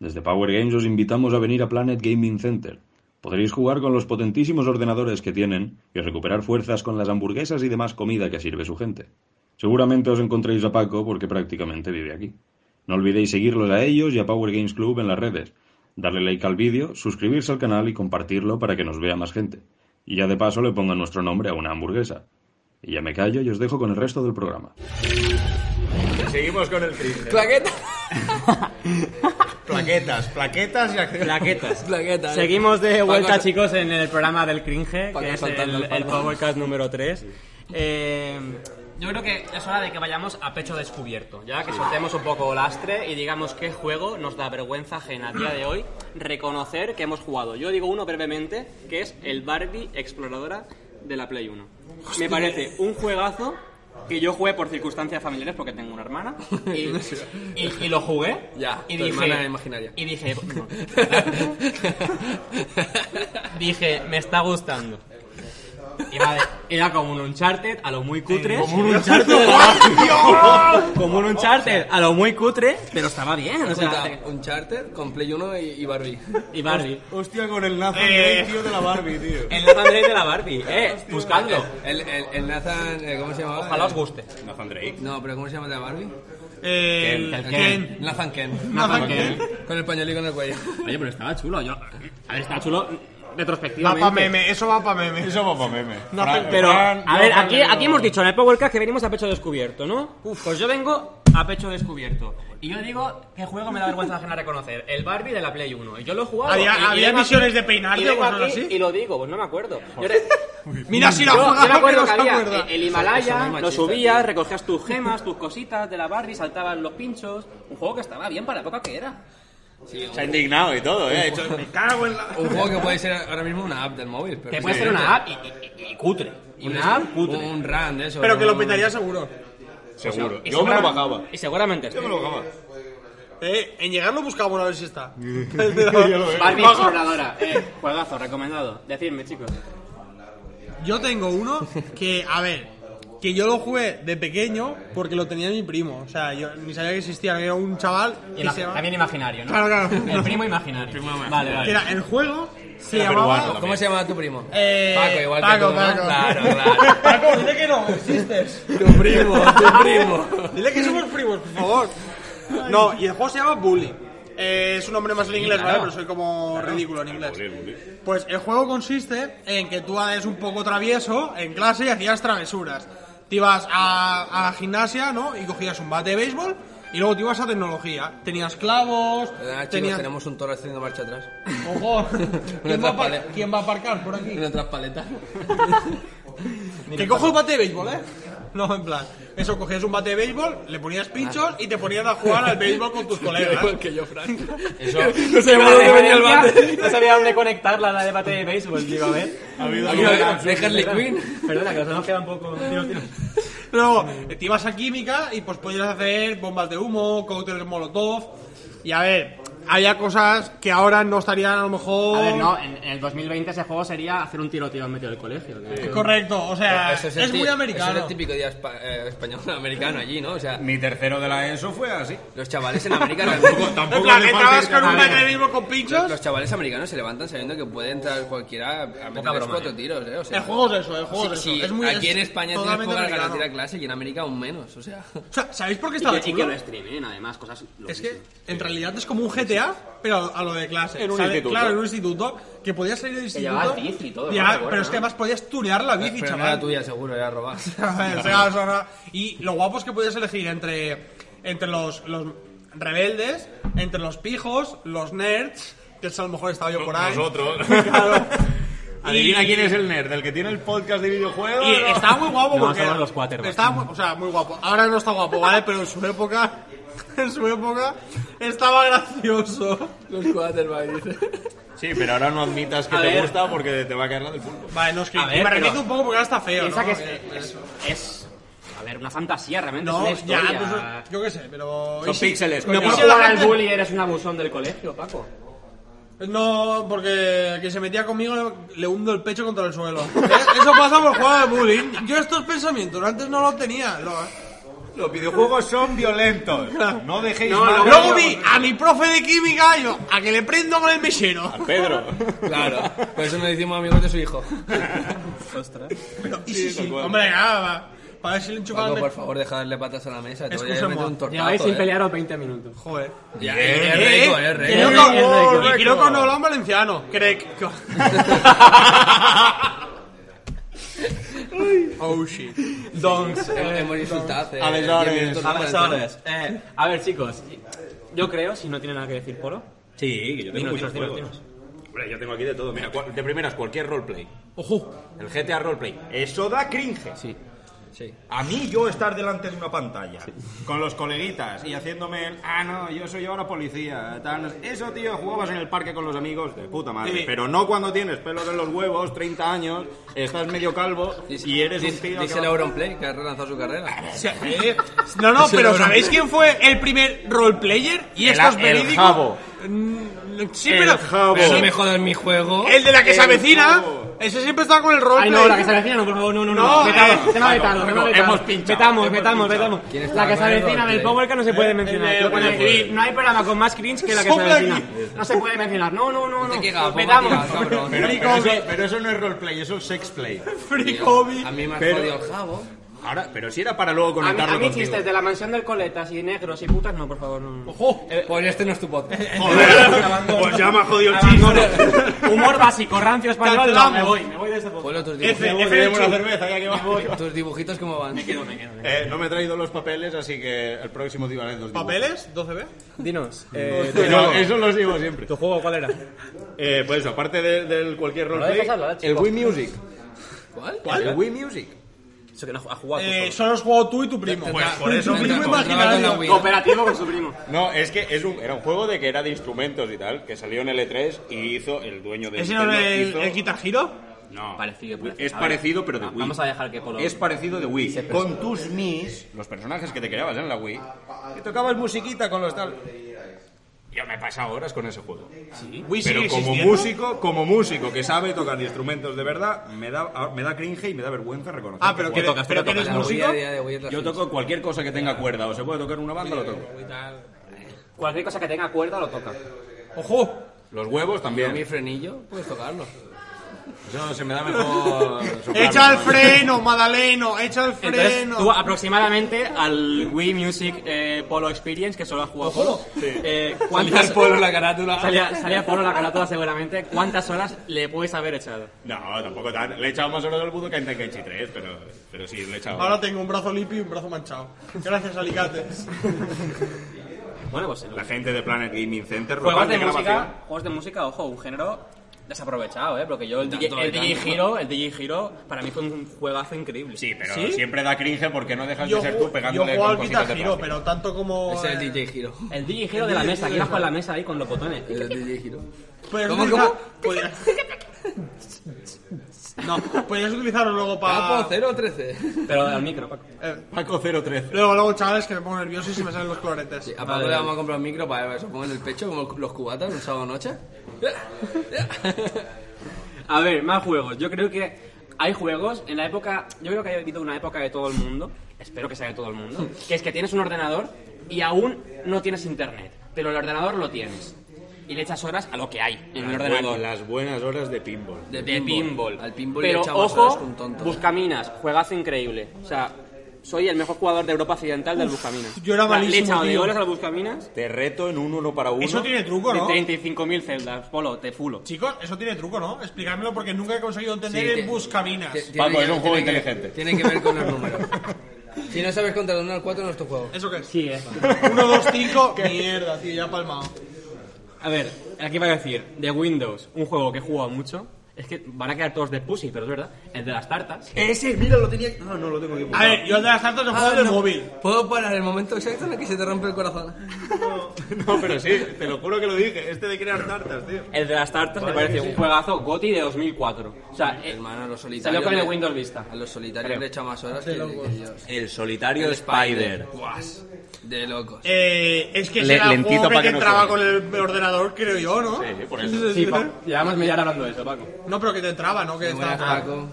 Speaker 7: Desde Power Games os invitamos a venir a Planet Gaming Center. Podréis jugar con los potentísimos ordenadores que tienen y recuperar fuerzas con las hamburguesas y demás comida que sirve su gente. Seguramente os encontréis a Paco porque prácticamente vive aquí. No olvidéis seguirlos a ellos y a Power Games Club en las redes, darle like al vídeo, suscribirse al canal y compartirlo para que nos vea más gente. Y ya de paso le pongan nuestro nombre a una hamburguesa. Y ya me callo y os dejo con el resto del programa.
Speaker 3: Seguimos con el cringe.
Speaker 2: Plaqueta.
Speaker 3: Plaquetas, plaquetas y acciones.
Speaker 6: Plaquetas.
Speaker 2: Plaquetas. ¿eh?
Speaker 6: Seguimos de
Speaker 2: Paco,
Speaker 6: vuelta,
Speaker 2: sa-
Speaker 6: chicos, en el programa del cringe,
Speaker 2: Paco
Speaker 6: que es
Speaker 2: saltando
Speaker 6: el,
Speaker 2: el palo.
Speaker 6: el Powercast número 3. yo creo que es hora de que vayamos a pecho descubierto, ya que soltemos un poco lastre y digamos qué juego nos da vergüenza ajena a día de hoy reconocer que hemos jugado. Yo digo uno brevemente, que es el Barbie Exploradora de la Play 1. Me parece un juegazo que yo jugué por circunstancias familiares porque tengo una hermana y, y- y lo jugué
Speaker 2: Ya,
Speaker 6: y
Speaker 2: tu hermana imaginaria.
Speaker 6: y dije dije, me está gustando. Iba de- era como un Uncharted a lo muy cutre. Como un Uncharted. como un Uncharted a lo muy cutre, pero estaba bien. O sea,
Speaker 2: un charter con Play 1 y, y Barbie.
Speaker 6: y Barbie.
Speaker 3: Hostia, con el Nathan
Speaker 4: Eh.
Speaker 3: Drake, tío, de la Barbie, tío.
Speaker 6: El Nathan Drake de la Barbie, eh, buscadlo.
Speaker 2: El, el, el Nathan, eh, ¿cómo se llamaba?
Speaker 6: Ojalá os guste.
Speaker 3: Nathan Drake.
Speaker 2: No, pero ¿cómo se llama el de la Barbie?
Speaker 4: El
Speaker 6: Ken,
Speaker 4: Ken.
Speaker 2: Nathan Ken.
Speaker 4: Nathan Ken.
Speaker 2: Con el pañuelito en el cuello.
Speaker 6: Oye, pero estaba chulo. Yo, a ver, estaba chulo
Speaker 4: Va
Speaker 6: retrospectivamente.
Speaker 4: pa' meme, eso va pa' meme.
Speaker 3: Eso va para meme.
Speaker 4: Nathan-
Speaker 3: Fra-
Speaker 6: Pero,
Speaker 3: Fran-
Speaker 6: a ver,
Speaker 3: Nathan
Speaker 6: aquí,
Speaker 3: Drake.
Speaker 6: aquí hemos dicho en el Powercast que venimos a pecho descubierto, ¿no? Pues yo vengo a pecho descubierto. Y yo digo que juego me da vergüenza ajena reconocer. El Barbie de la Play 1. Y yo lo he jugado.
Speaker 4: Había-
Speaker 6: y- y
Speaker 4: había
Speaker 6: vengo
Speaker 4: misiones de peinarte
Speaker 6: y vengo
Speaker 4: o cosas
Speaker 6: aquí
Speaker 4: así.
Speaker 6: Y lo digo, pues no me acuerdo. Yo, era-
Speaker 4: Mira si la
Speaker 6: yo- yo
Speaker 4: juega,
Speaker 6: me acuerdo
Speaker 4: no
Speaker 6: que
Speaker 4: se
Speaker 6: había
Speaker 4: acuerda.
Speaker 6: el- el
Speaker 2: Eso- eso
Speaker 6: Himalaya,
Speaker 2: es muy
Speaker 6: lo
Speaker 2: machista,
Speaker 6: subías,
Speaker 2: tío.
Speaker 6: recogías tus gemas, tus cositas de la Barbie, saltaban los pinchos. Un juego que estaba bien para la época que era.
Speaker 3: Se ha indignado y todo, eh. Ha hecho-
Speaker 4: Me cago en la...
Speaker 2: Un juego que puede ser ahora mismo una app del móvil. Pero
Speaker 6: Que puede
Speaker 4: ¿eh?
Speaker 6: ser una app y, y- y- y cutre.
Speaker 4: Pues
Speaker 6: Una app
Speaker 2: Un,
Speaker 6: cutre.
Speaker 2: run de eso.
Speaker 4: Pero que lo petaría
Speaker 2: petarías
Speaker 4: seguro.
Speaker 3: Seguro.
Speaker 6: Y
Speaker 3: Yo me lo
Speaker 6: segura-
Speaker 3: bajaba.
Speaker 6: Y seguramente
Speaker 3: Yo me
Speaker 6: estoy.
Speaker 3: lo bajaba.
Speaker 4: Eh, en llegar lo buscamos a ver si está.
Speaker 6: Barbie
Speaker 4: Bajo.
Speaker 6: exploradora. Eh, juegazo, recomendado. Decidme, chicos.
Speaker 4: Yo tengo uno que, a ver, que yo lo jugué de pequeño porque lo tenía mi primo. O sea, yo ni sabía que existía, era un chaval que
Speaker 6: Ima-
Speaker 4: se llama-
Speaker 6: También imaginario, ¿no?
Speaker 4: Claro, claro.
Speaker 6: El primo imaginario. Vale, vale.
Speaker 4: Era el juego se
Speaker 3: Era
Speaker 4: llamaba...
Speaker 3: peruano.
Speaker 2: ¿Cómo se llama tu primo?
Speaker 4: Eh,
Speaker 2: Paco, igual
Speaker 4: Paco,
Speaker 2: que tú, ¿no?
Speaker 4: Paco.
Speaker 2: Claro, claro.
Speaker 4: Paco, dile que no, existes.
Speaker 2: tu primo, tu primo.
Speaker 4: Dile que somos primos, por favor. No, y el juego se llama Bully. Eh, es un nombre más en inglés, ¿vale? Pero soy como ridículo en inglés. Pues el juego consiste en que tú eres un poco travieso en clase y hacías travesuras. Te ibas a, a la gimnasia, ¿no? Y cogías un bate de béisbol y luego te ibas a tecnología. Tenías clavos,
Speaker 2: Perdona, Ah, chicos,
Speaker 4: tenías...
Speaker 2: tenemos un toro haciendo marcha atrás.
Speaker 4: Ojo, ¿quién va, a par-
Speaker 2: traspaleta.
Speaker 4: quién va a aparcar por aquí?
Speaker 2: En otras paletas.
Speaker 4: Que cojo el bate de béisbol, ¿eh? No, en plan, eso, cogías un bate de béisbol, le ponías pinchos y te ponías a jugar al béisbol con tus colegas.
Speaker 2: Igual que yo, Frank.
Speaker 3: Eso.
Speaker 2: No sé por
Speaker 6: La
Speaker 2: dónde venía el
Speaker 6: referencia,
Speaker 2: bate.
Speaker 6: No sabía dónde conectarla a la de bate de béisbol, digo, a ver.
Speaker 2: De Harley Quinn.
Speaker 6: Perdona, que nos hemos quedado un poco. Dios, Dios.
Speaker 4: Luego, te ibas a química y pues podías hacer bombas de humo, cócteles molotov. Y a ver, había cosas que ahora no estarían a lo mejor.
Speaker 6: A ver, no, en, en el 2020 ese juego sería hacer un tiroteo en medio del colegio. ¿no?
Speaker 4: Correcto, o sea,
Speaker 2: Eso
Speaker 4: es,
Speaker 2: el ti-
Speaker 4: muy
Speaker 2: eso es
Speaker 4: americano.
Speaker 2: el típico día espa- eh, español americano allí, ¿no? O sea,
Speaker 3: Mi tercero de la ESO fue así.
Speaker 2: los chavales en América realmente-
Speaker 4: En
Speaker 3: Tampoco
Speaker 4: plan,
Speaker 3: hace
Speaker 4: entrabas
Speaker 3: falta
Speaker 4: con un
Speaker 3: que-
Speaker 4: bate de béisbol con
Speaker 2: los,
Speaker 4: pinchos.
Speaker 2: los chavales americanos se levantan sabiendo que puede entrar cualquiera a meter tres,
Speaker 6: broma,
Speaker 2: cuatro tiros, ¿eh? O sea,
Speaker 4: El juego es eso, el juego
Speaker 2: sí,
Speaker 4: es eso.
Speaker 2: sí,
Speaker 4: es muy,
Speaker 2: aquí
Speaker 4: es
Speaker 2: en España tienes
Speaker 4: totalmente
Speaker 2: pocas ganas de ir a
Speaker 4: americano.
Speaker 2: clase y en América aún menos, o sea...
Speaker 4: O sea, ¿sabéis por qué
Speaker 6: Y
Speaker 4: estaba
Speaker 6: que- y que
Speaker 4: chulo?
Speaker 6: lo streamen, además, cosas.
Speaker 4: Es que en realidad es como un GTA GTA, pero a lo de clase.
Speaker 3: En un
Speaker 4: ¿sabes?
Speaker 3: instituto.
Speaker 4: Claro, en un instituto, que podías salir del instituto.
Speaker 6: llevabas bici y todo,
Speaker 4: llevaba-
Speaker 6: ¿no? Bueno.
Speaker 4: pero es que además podías tunear la bici,
Speaker 2: Pero no
Speaker 4: chaval.
Speaker 2: era tuya, seguro, era robada.
Speaker 4: O sea, o sea, no. y lo guapo es que podías elegir entre, entre los, los rebeldes, entre los pijos, los nerds, que es a lo mejor estaba yo por ahí.
Speaker 3: Nosotros.
Speaker 4: Claro.
Speaker 3: Adivina
Speaker 4: Y-
Speaker 3: quién es el nerd, el que tiene el podcast de videojuegos.
Speaker 4: Y estaba muy guapo
Speaker 6: No,
Speaker 4: porque.
Speaker 6: estaban los quarterbacks.
Speaker 4: estaba muy- o sea, muy guapo. Ahora no está guapo, ¿vale? Pero en su época. En su época estaba gracioso.
Speaker 2: Los quarterbacks, dice.
Speaker 3: Sí, pero ahora no admitas que
Speaker 6: A
Speaker 3: te
Speaker 6: ver.
Speaker 3: gusta porque te va a caer la del pulpo.
Speaker 4: Vale, no es que.
Speaker 6: A ver,
Speaker 4: me
Speaker 6: pero-
Speaker 4: repito un poco porque ahora está feo.
Speaker 6: Piensa
Speaker 4: ¿no?
Speaker 6: que es,
Speaker 4: Eh,
Speaker 6: es, es- A ver, una fantasía realmente.
Speaker 4: no,
Speaker 6: es una
Speaker 4: ya,
Speaker 6: historia.
Speaker 4: pues, yo qué sé, pero.
Speaker 3: Son
Speaker 4: y si-
Speaker 3: píxeles,
Speaker 6: No
Speaker 3: coño.
Speaker 4: y
Speaker 6: por
Speaker 4: si la
Speaker 6: jugar al
Speaker 4: gente-
Speaker 6: bully eres un abusón del colegio, Paco.
Speaker 4: No, porque el que se metía conmigo le, le hundo el pecho contra el suelo. ¿Eh? Eso pasa por jugar al bullying. Yo estos pensamientos antes no los tenía. Lo- eh.
Speaker 3: Los videojuegos son violentos. No dejéis
Speaker 6: No,
Speaker 3: mal-
Speaker 4: Luego vi a mi profe de química y yo, a que le prendo con el mechero.
Speaker 3: Pedro.
Speaker 2: Claro, por eso nos hicimos amigos de su hijo.
Speaker 4: Pero- y
Speaker 3: Sí,
Speaker 4: sí,
Speaker 3: tal
Speaker 4: sí,
Speaker 3: cual.
Speaker 4: hombre, nada, para ver si le enchufaban.
Speaker 2: Paco,
Speaker 4: el-
Speaker 2: por favor, deja darle patas a la mesa. Te voy a meter
Speaker 4: Excusa,
Speaker 2: un
Speaker 4: Moa.
Speaker 2: tortazo,
Speaker 6: Lleváis sin
Speaker 2: eh.
Speaker 6: pelearos 20 minutos.
Speaker 4: Joder.
Speaker 2: Ya, es
Speaker 3: Bien,
Speaker 4: Eh,
Speaker 2: rico,
Speaker 4: eh,
Speaker 2: es
Speaker 4: creo
Speaker 2: rico.
Speaker 4: que-
Speaker 6: Es rico.
Speaker 4: y creo que no hablan valenciano. Crec. oh shit.
Speaker 6: Donks.
Speaker 3: ¿Eh?
Speaker 2: Hemos insultado hace
Speaker 3: Alex,
Speaker 2: 10
Speaker 3: Alex.
Speaker 2: minutos,
Speaker 6: A ver,
Speaker 2: 40.
Speaker 6: chavales, eh, a ver, chicos. Yo creo, si no tiene nada que decir Polo.
Speaker 3: Sí, que yo
Speaker 6: Dinos,
Speaker 3: tengo muchos
Speaker 6: dinos, dinos,
Speaker 3: juegos. Hombre, yo tengo aquí de todo. Mira, cual- de primeras, cualquier roleplay.
Speaker 4: Ojo.
Speaker 3: El GTA roleplay. Eso da cringe.
Speaker 6: Sí.
Speaker 2: Sí.
Speaker 3: A mí yo estar delante de una pantalla con los coleguitas y haciéndome el, ah no, yo soy ahora policía, tal, no sé". eso tío, jugabas en el parque con los amigos de puta madre,
Speaker 4: Sí.
Speaker 3: pero no cuando tienes pelos en los huevos, 30 años, estás medio calvo y eres un tío
Speaker 2: Dice
Speaker 3: que
Speaker 2: el
Speaker 3: va-
Speaker 2: Auronplay que ha relanzado su carrera.
Speaker 4: Sí, eh. No, no, pero ¿sabéis quién fue el primer roleplayer? Y esto
Speaker 3: El-
Speaker 4: es
Speaker 3: el
Speaker 4: verídico.
Speaker 3: Jabo.
Speaker 4: Mm, Sí,
Speaker 3: El
Speaker 4: pero.
Speaker 3: Jabo.
Speaker 4: sí,
Speaker 2: Pero no me jodas mi juego.
Speaker 4: el de la que se
Speaker 3: El
Speaker 4: avecina.
Speaker 3: Jabo.
Speaker 4: Ese siempre estaba con el roleplay.
Speaker 6: Ay, no, la que se avecina, no, por favor, no, no, no.
Speaker 4: No,
Speaker 6: metamos,
Speaker 4: eh,
Speaker 6: tema
Speaker 3: Paco,
Speaker 6: vetado, tema
Speaker 3: Paco,
Speaker 6: vetado.
Speaker 3: hemos pinchado,
Speaker 6: Metamos,
Speaker 3: hemos pinchado.
Speaker 6: metamos, metamos.
Speaker 2: ¿Quién está
Speaker 6: La que se
Speaker 2: con el
Speaker 6: avecina del
Speaker 2: roleplay?
Speaker 6: Power que no se puede mencionar.
Speaker 4: el
Speaker 6: Yo pone
Speaker 4: roleplay.
Speaker 6: aquí, No hay programa con más cringe que la que se
Speaker 4: Sopla aquí.
Speaker 6: avecina. No se puede mencionar. No, no, no, no.
Speaker 2: Te queda,
Speaker 6: Lo
Speaker 2: pongo
Speaker 6: Petamos.
Speaker 2: tirado, cabrón.
Speaker 3: Pero, pero eso, pero eso no es roleplay, eso es sexplay.
Speaker 4: Free
Speaker 2: Tío,
Speaker 4: Kobe.
Speaker 2: A mí me has
Speaker 3: Pero-
Speaker 2: jodido el jabo.
Speaker 3: Ahora, pero si era para luego
Speaker 6: A mí,
Speaker 3: conectarlo
Speaker 6: a mí
Speaker 3: contigo.
Speaker 6: chistes de la mansión del coletas y negros y putas, no, por favor, no. no.
Speaker 4: Ojo.
Speaker 2: Pues este no es tu podcast.
Speaker 3: Joder, pues ya me ha jodido el
Speaker 6: Abandono.
Speaker 3: chiste.
Speaker 6: Humor básico, rancio español. No,
Speaker 4: Cancelamos.
Speaker 6: me voy, me voy de este podcast.
Speaker 2: Polo, tus
Speaker 4: F,
Speaker 2: dibujitos,
Speaker 3: Me
Speaker 4: F de
Speaker 3: llevo una
Speaker 4: chup.
Speaker 3: cerveza, ya que vamos.
Speaker 2: tus dibujitos cómo van.
Speaker 3: Eh, no me he traído los papeles, así que el próximo día haré dos dibujos.
Speaker 4: ¿Papeles? ¿12B?
Speaker 5: Dinos, eh,
Speaker 3: Eh, no, eso lo digo siempre.
Speaker 5: ¿tu juego cuál era?
Speaker 3: Eh, pues aparte de- del cualquier roleplay,
Speaker 6: dejas hablar,
Speaker 3: el Wii Music.
Speaker 2: ¿Cuál?
Speaker 3: El Wii Music.
Speaker 6: Eso que no ha jugado.
Speaker 4: Eh, solo has jugado tú y tu primo.
Speaker 2: Pues
Speaker 4: O sea,
Speaker 2: por eso
Speaker 4: Tu
Speaker 2: me
Speaker 4: primo
Speaker 2: encontraba con la
Speaker 4: imaginario.
Speaker 2: Wii.
Speaker 6: Cooperativo con su primo.
Speaker 3: No, es que es un, era un juego de que era de instrumentos y tal, que salió en L3 y hizo el dueño de
Speaker 4: ¿Ese no
Speaker 3: Nintendo,
Speaker 4: era el,
Speaker 3: hizo-
Speaker 4: el Guitar Hero?
Speaker 3: No,
Speaker 6: Parecido, parecido.
Speaker 3: es
Speaker 6: A ver,
Speaker 3: parecido pero de Wii.
Speaker 6: Vamos a dejar que Polo.
Speaker 3: Es parecido de Wii. Con tus Mis, los personajes que te creabas en la Wii, que tocabas musiquita con los tal. Yo me he pasado horas con ese juego.
Speaker 4: Wii
Speaker 3: Pero
Speaker 4: sigue
Speaker 3: como
Speaker 4: existiendo.
Speaker 3: músico, como músico que sabe tocar instrumentos de verdad, me da, ah, me da cringe y me da vergüenza reconocer.
Speaker 4: Ah, pero
Speaker 3: que
Speaker 4: que,
Speaker 3: juego.
Speaker 4: pero que eres
Speaker 2: Pues La Wii
Speaker 4: músico.
Speaker 2: a día de hoy es la
Speaker 3: Yo toco cualquier cosa que tenga cuerda, o se puede tocar una banda, lo toco.
Speaker 6: Cualquier cosa que tenga cuerda lo toca.
Speaker 4: Ojo.
Speaker 3: Los huevos
Speaker 2: Yo mi
Speaker 3: también.
Speaker 2: frenillo, puedes tocarlo.
Speaker 3: Eso se me da mejor. soplarlo.
Speaker 4: Echa el freno, Madaleno. Echa el
Speaker 6: Entonces,
Speaker 4: freno.
Speaker 6: tú aproximadamente al Wii Music eh, Polo Experience, que solo ha jugado Polo. Eh, ¿cuántas,
Speaker 2: Salía Polo en la carátula.
Speaker 6: Salía, salía Polo en la carátula seguramente. ¿Cuántas horas le puedes haber echado?
Speaker 3: No, tampoco tan. Le he echado más horas al budo que en Tenkaichi 3, pero, pero sí, le he echado.
Speaker 4: Ahora tengo un brazo limpio y un brazo manchado. Gracias, Alicates.
Speaker 6: Bueno, pues
Speaker 3: La gente de Planet Gaming Center,
Speaker 6: Juegos
Speaker 3: local
Speaker 6: de,
Speaker 3: grabación.
Speaker 6: música, juegos de música, ojo, un género desaprovechado, ¿eh? Porque yo el, DJ,
Speaker 2: Tanto,
Speaker 6: el
Speaker 2: tanto.
Speaker 6: DJ Hero, el DJ Hero, para mí fue un juegazo increíble.
Speaker 3: Sí, pero
Speaker 4: ¿Sí?
Speaker 3: siempre da cringe porque no dejas
Speaker 4: Yo
Speaker 3: de ser tú
Speaker 4: juego, yo
Speaker 3: pegándole
Speaker 4: juego
Speaker 3: con
Speaker 4: al
Speaker 3: cositas
Speaker 4: Guitar
Speaker 3: de
Speaker 4: Hero,
Speaker 3: plástico.
Speaker 4: pero tanto como.
Speaker 2: Ese es
Speaker 4: eh,
Speaker 2: el DJ Giro.
Speaker 6: El DJ Hero de la mesa, que ibas con la mesa ahí con los botones.
Speaker 2: El DJ Giro.
Speaker 4: Podías
Speaker 2: ¿Cómo,
Speaker 4: utilizar-
Speaker 2: cómo?
Speaker 4: podías- No, podías utilizarlo luego para.
Speaker 3: Ah.
Speaker 2: Papo 013.
Speaker 6: Pero al micro, Paco.
Speaker 4: Eh,
Speaker 3: Paco 013.
Speaker 4: luego, luego, chavales, que me pongo nervioso y se me salen los coloretes.
Speaker 2: A Paco le vamos a comprar un micro para ver, se pongo en el pecho como los cubatas un sábado noche.
Speaker 6: A ver, más juegos. Yo creo que hay juegos en la época. Yo creo que ha habido una época de todo el mundo. Espero que sea de todo el mundo. Que es que tienes un ordenador y aún no tienes internet. Pero el ordenador lo tienes. Y le echas horas a lo que hay en el
Speaker 3: Las
Speaker 6: ordenador.
Speaker 3: buenas- Las buenas horas de pinball.
Speaker 6: de pinball.
Speaker 2: Al pinball
Speaker 6: Pero
Speaker 2: le echamos
Speaker 6: ojo,
Speaker 2: horas con ¿eh? tonto.
Speaker 6: Buscaminas, juegazo increíble. O sea, soy el mejor jugador de Europa Occidental del Buscaminas.
Speaker 4: yo era
Speaker 6: O sea, Le he
Speaker 4: malísimo,
Speaker 6: echado de
Speaker 4: tío.
Speaker 6: goles al Buscaminas
Speaker 3: Te reto en un uno para uno.
Speaker 4: Eso tiene truco,
Speaker 6: de
Speaker 4: ¿no?
Speaker 6: 35.000 celdas. Polo, te fulo.
Speaker 4: Chicos, eso tiene truco, ¿no? Explicármelo porque nunca he conseguido entender
Speaker 2: Sí,
Speaker 4: el
Speaker 2: te-
Speaker 4: buscaminas.
Speaker 2: Ti- tiene
Speaker 3: Paco,
Speaker 2: que-
Speaker 3: es un juego
Speaker 2: tiene que-
Speaker 3: inteligente.
Speaker 2: Tiene que ver con los números. Si no sabes contar de 1 al 4, no es tu juego.
Speaker 4: ¿Eso qué es?
Speaker 5: Sí, eh.
Speaker 4: 1, 2, 5. Mierda, tío, ya he palmado.
Speaker 6: A ver, aquí va a decir, de Windows, un juego que he jugado mucho. Es que van a quedar todos de pussy, pero es verdad. El de las tartas.
Speaker 3: Ese, mira, lo tenía. No, no lo tengo aquí.
Speaker 4: A ver, yo el de las cartas lo juego en el
Speaker 2: Ah, no.
Speaker 4: móvil.
Speaker 2: ¿Puedo parar el momento exacto en el que se te rompe el corazón?
Speaker 3: No, pero sí, te lo juro que lo dije. Este de crear tartas, tío.
Speaker 6: El de las tartas me parece un juegazo GOTI de 2004. O sea, eh,
Speaker 2: Hermano, a los solitarios.
Speaker 6: salió con el
Speaker 2: le-
Speaker 6: Windows Vista.
Speaker 2: A los solitarios
Speaker 6: Creo.
Speaker 2: le he echado más horas que, que ellos.
Speaker 3: El solitario
Speaker 2: El
Speaker 3: Spider.
Speaker 2: Guas. De locos.
Speaker 4: Eh, es que
Speaker 3: Le-
Speaker 4: ese era el
Speaker 3: lentito
Speaker 4: juego
Speaker 3: para
Speaker 4: que
Speaker 3: que no
Speaker 4: entraba
Speaker 3: suene.
Speaker 4: con el ordenador, creo yo, ¿no?
Speaker 3: Sí, sí, por eso.
Speaker 6: Sí, Paco. Llevamos media hora hablando de eso, Ah, Paco.
Speaker 4: No, pero que te entraba, ¿no? Que
Speaker 2: Muy Buenas,
Speaker 4: estaba...
Speaker 2: Paco.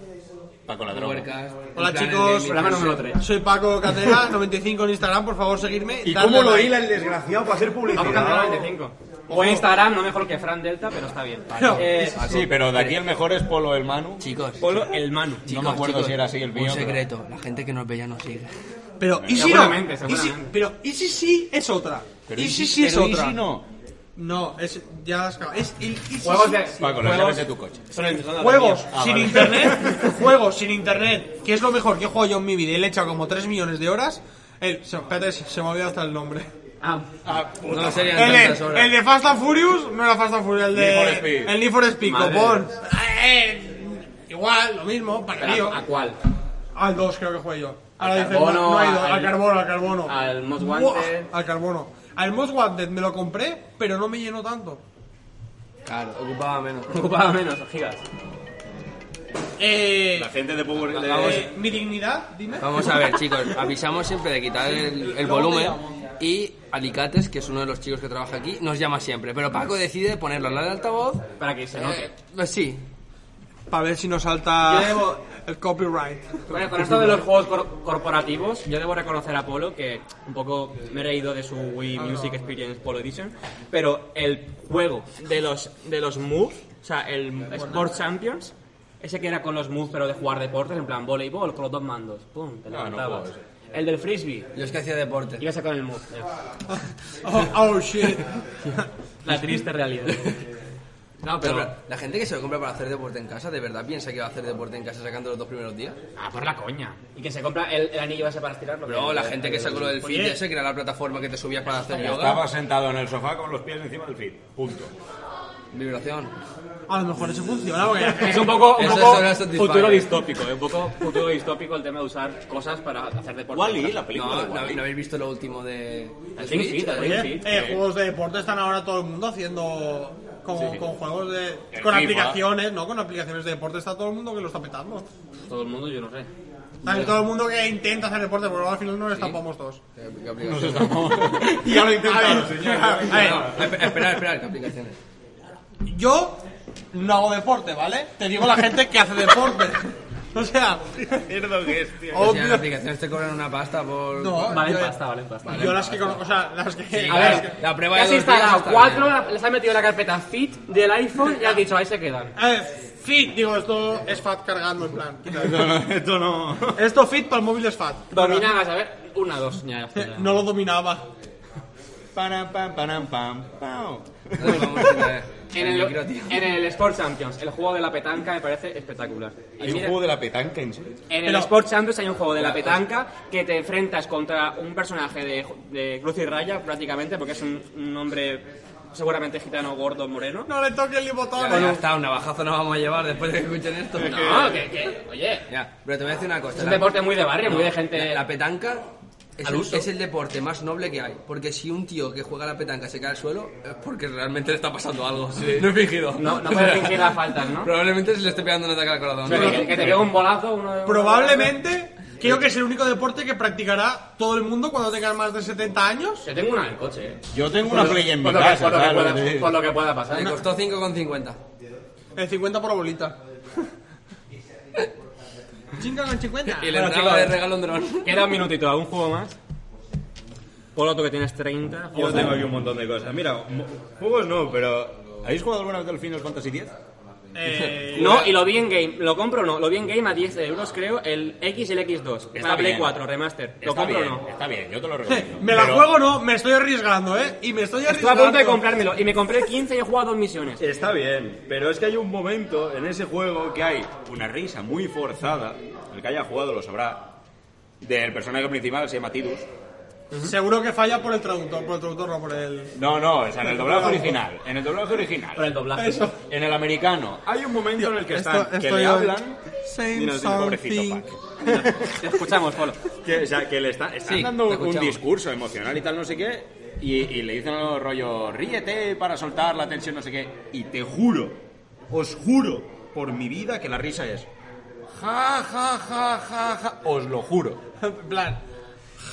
Speaker 3: Paco la droga.
Speaker 2: Puercas.
Speaker 4: Hola
Speaker 2: En plan,
Speaker 4: chicos,
Speaker 2: el
Speaker 6: programa
Speaker 2: gaming.
Speaker 6: número 3.
Speaker 4: Soy Paco Catena, 95 en Instagram, por favor seguirme.
Speaker 8: ¿Y
Speaker 4: darle
Speaker 8: cómo lo
Speaker 4: like.
Speaker 8: hila el desgraciado para hacer
Speaker 6: Vamos a cambiar a
Speaker 8: publicidad?
Speaker 6: 25. O en Instagram, no mejor que Fran Delta, pero está bien.
Speaker 4: No.
Speaker 6: Eh,
Speaker 3: Sí, pero de aquí el mejor es Polo el Manu.
Speaker 2: Chicos.
Speaker 6: Polo el Manu.
Speaker 2: Chicos,
Speaker 3: me acuerdo
Speaker 2: chicos,
Speaker 3: si era así el
Speaker 2: Un
Speaker 3: mío, pero-
Speaker 2: secreto, la gente que nos veía nos sigue.
Speaker 4: Pero, ¿y si no?
Speaker 6: Seguramente,
Speaker 4: ¿Y si,
Speaker 6: seguramente.
Speaker 4: pero, ¿y si sí es otra?
Speaker 3: Pero
Speaker 4: ¿Y
Speaker 3: ¿y
Speaker 4: si
Speaker 3: si-
Speaker 4: sí es
Speaker 3: pero ¿y
Speaker 4: otra?
Speaker 3: si no?
Speaker 4: No, es, ya las cago. Es el, y si
Speaker 6: Juegos
Speaker 4: sí?
Speaker 6: de.
Speaker 3: Paco, las llaves de tu coche.
Speaker 4: Juegos
Speaker 8: Ah,
Speaker 4: sin
Speaker 3: vale.
Speaker 4: internet, juegos sin internet, que es lo mejor que he jugado yo en mi vida. y Le he echado como 3 millones de horas. El, se, espérate, se se me olvidó hasta el nombre.
Speaker 6: Ah,
Speaker 2: No serían
Speaker 4: El
Speaker 2: tantas
Speaker 4: de,
Speaker 2: horas.
Speaker 4: el de Fast and Furious, no era Fast and Furious, el de.
Speaker 3: Need for Speed.
Speaker 4: El Need for Speed,
Speaker 6: Madre.
Speaker 4: copón. Eh, igual, lo mismo, para
Speaker 6: pero
Speaker 4: tío.
Speaker 6: ¿a, a cuál?
Speaker 4: Al 2 creo que jugué yo. Ahora
Speaker 6: Al
Speaker 4: dice,
Speaker 6: carbono,
Speaker 4: no, no ha ido. Al,
Speaker 6: al-
Speaker 4: carbono, al carbono.
Speaker 6: al Most
Speaker 4: Buah,
Speaker 6: Wanted.
Speaker 4: al carbono. Al Most Wanted me lo compré, pero no me llenó tanto.
Speaker 2: Claro, ocupaba menos.
Speaker 6: Ocupaba menos, gigas.
Speaker 4: Eh,
Speaker 3: La gente de Power
Speaker 4: eh, mi dignidad, dime.
Speaker 2: Vamos a ver, chicos, avisamos siempre de quitar el, el volumen y Alicates, que es uno de los chicos que trabaja aquí, nos llama siempre. Pero Paco decide ponerlo al lado del altavoz.
Speaker 6: Para que se note.
Speaker 2: Eh, pues sí,
Speaker 4: Para ver si nos salta
Speaker 6: Yo debo-
Speaker 4: el copyright.
Speaker 6: Bueno, con esto de los juegos cor- corporativos, yo debo reconocer a Polo que un poco me he reído de su Wii Music Experience Polo Edition, pero el juego de los de los Move, o sea, el Sport Champions, ese que era con los Move pero de jugar deportes, en plan voleibol, con los dos mandos, pum,
Speaker 2: Ah,
Speaker 6: te levantabas. El del frisbee,
Speaker 2: yo es que hacía deporte.
Speaker 6: ibas a con el Move.
Speaker 4: Oh, oh, shit.
Speaker 6: La triste realidad. No,
Speaker 2: Pero,
Speaker 6: pero...
Speaker 2: la gente que se lo compra para hacer deporte en casa, ¿de verdad piensa que va a hacer deporte en casa sacando los dos primeros días?
Speaker 6: Ah, por la coña. Y que se compra el, el anillo ese para estirarlo.
Speaker 2: No, la gente que sacó lo del fit
Speaker 4: Oye.
Speaker 2: ese, que era la plataforma que te subías para hacer yoga.
Speaker 3: Estaba sentado en el sofá con los pies encima del fit. Punto.
Speaker 2: Vibración.
Speaker 4: A lo mejor eso funciona. Porque...
Speaker 6: Es un poco, un
Speaker 2: Eso
Speaker 6: poco
Speaker 2: suena satisfactorio.
Speaker 6: futuro distópico, ¿eh? un poco futuro distópico el tema de usar cosas para hacer deporte.
Speaker 3: Wall-E, la película
Speaker 2: No,
Speaker 3: de
Speaker 2: no,
Speaker 3: Wall-E.
Speaker 2: no habéis visto lo último de... de
Speaker 6: El Ring
Speaker 2: Switch?
Speaker 6: Fit, el Ring
Speaker 4: Oye,
Speaker 6: Fit.
Speaker 4: eh, juegos de deporte están ahora todo el mundo haciendo con, con juegos de.
Speaker 3: El
Speaker 4: con
Speaker 3: FIFA.
Speaker 4: aplicaciones, ¿no? Con aplicaciones de deporte está todo el mundo que lo está petando.
Speaker 6: Todo el mundo, yo no sé.
Speaker 4: También todo el mundo que intenta hacer deporte, pero luego al final no les tapamos todos.
Speaker 2: ¿Qué- qué aplicaciones?
Speaker 3: ya lo he
Speaker 4: A
Speaker 3: intentado,
Speaker 4: ver,
Speaker 3: señor.
Speaker 4: a ver,
Speaker 2: No, esp- Esperad, esperad, ¿qué aplicaciones?
Speaker 4: yo no hago deporte, ¿vale? Te digo la gente que hace deporte. O sea,
Speaker 3: que es, tío.
Speaker 2: O sea, las
Speaker 4: obvio.
Speaker 2: aplicaciones te cobran una pasta por...
Speaker 4: No,
Speaker 6: Vale en
Speaker 4: yo,
Speaker 6: pasta, vale en pasta.
Speaker 4: yo las que conozco, o sea, las que.
Speaker 2: Sí,
Speaker 6: A
Speaker 2: las
Speaker 6: ver,
Speaker 2: que- la prueba
Speaker 6: te
Speaker 2: de
Speaker 6: has
Speaker 2: dos días
Speaker 6: instalado
Speaker 2: está
Speaker 6: cuatro, les has metido en la carpeta fit del iPhone y has dicho, ahí se quedan.
Speaker 4: A ver, fit, digo, esto es fat cargando en plan. quita.
Speaker 3: Esto no.
Speaker 4: Esto fit para el móvil es fat.
Speaker 6: Dominadas, Pues a ver, una, dos, ya, ya está.
Speaker 4: No lo dominaba.
Speaker 3: Param, pam, param, pam, pam.
Speaker 2: Entonces, vamos a quitar
Speaker 6: En
Speaker 2: el
Speaker 6: el,
Speaker 2: micro, tío.
Speaker 6: en el Sport Champions, el juego de la petanca me parece espectacular. Y
Speaker 3: Hay un
Speaker 6: mira-
Speaker 3: juego de la petanca, en serio.
Speaker 6: En el
Speaker 4: Pero-
Speaker 6: Sport Champions hay un juego de la petanca que te enfrentas contra un personaje de, de Cruz y Raya, prácticamente, porque es un, un hombre seguramente gitano, gordo, moreno.
Speaker 4: No le toques el botón.
Speaker 2: Ya está, un navajazo nos vamos a llevar después de que escuchen esto.
Speaker 6: No, que, que- oye,
Speaker 2: Ya, pero te voy a decir una cosa.
Speaker 6: es un
Speaker 2: la-
Speaker 6: deporte muy de barrio, muy de gente...
Speaker 2: La, la petanca es
Speaker 6: Al
Speaker 2: el,
Speaker 6: uso.
Speaker 2: es el deporte más noble que hay. Porque si un tío que juega a la petanca se cae al suelo, es porque realmente le está pasando algo. No he fingido.
Speaker 6: No, no puedes fingir las faltas, ¿no?
Speaker 2: Probablemente se le esté pegando un ataque al corazón.
Speaker 6: O sea, que, que te pega un bolazo, uno de...
Speaker 4: Probablemente, creo que es el único deporte que practicará todo el mundo cuando tenga más de 70 años.
Speaker 6: Yo tengo una en el coche, eh.
Speaker 3: Yo tengo una play en mi
Speaker 6: Por lo que-
Speaker 3: casa,
Speaker 6: por lo que
Speaker 3: ¿sabes lo que
Speaker 6: pueda-
Speaker 3: te digo?
Speaker 6: por lo que pueda pasar.
Speaker 2: Le costó 5,50.
Speaker 4: El 50 por bolita. Chinga con 50.
Speaker 2: Y le
Speaker 6: Bueno,
Speaker 2: entraba de
Speaker 6: chicos.
Speaker 2: regalo un dron.
Speaker 6: Queda un minutito, ¿algún juego más? Polo, tú que tienes 30.
Speaker 3: Yo tengo aquí un montón de cosas. Mira, mo- juegos no, pero. ¿Habéis jugado alguna vez al Final Fantasy X?
Speaker 4: Eh,
Speaker 6: No, y lo vi en game. ¿Lo compro o no? Lo vi en game a 10 euros, creo, el X y el X2.
Speaker 3: Está
Speaker 6: para Play
Speaker 3: bien.
Speaker 6: 4, remaster. ¿Lo
Speaker 3: Está
Speaker 6: compro
Speaker 3: bien,
Speaker 6: o no?
Speaker 3: está bien, yo te lo recomiendo.
Speaker 4: me la
Speaker 3: Pero-
Speaker 4: juego o no, me estoy arriesgando, ¿eh? Y me estoy
Speaker 6: Estuve a
Speaker 4: arriesgando.
Speaker 6: punto de comprármelo y me compré el 15 y he jugado dos misiones.
Speaker 3: Está bien, pero es que hay un momento en ese juego que hay una risa muy forzada, el que haya jugado lo sabrá, del personaje principal, se llama Tidus.
Speaker 4: Seguro que falla por el traductor, por el traductor, no por el.
Speaker 3: No, no, o sea, en el doblaje original, en el doblaje
Speaker 6: Por el
Speaker 3: original,
Speaker 6: doblaje.
Speaker 4: Eso.
Speaker 3: en el americano. Hay un momento en el que
Speaker 4: Esto-
Speaker 3: están, que
Speaker 4: esto
Speaker 3: le
Speaker 4: yo-
Speaker 3: hablan
Speaker 4: Same
Speaker 3: y nos dice, pobrecito
Speaker 4: something.
Speaker 3: Pac.
Speaker 6: Te escuchamos, Polo.
Speaker 3: Que, o sea, que le está, están
Speaker 2: Sí,
Speaker 3: dando
Speaker 2: te
Speaker 3: un
Speaker 2: escuchamos.
Speaker 3: discurso emocional y tal, no sé qué, y, y le dicen algo rollo, ríete para soltar la tensión, no sé qué, y te juro, os juro por mi vida que la risa es ja, ja, ja, ja, ja, os lo juro,
Speaker 4: En plan.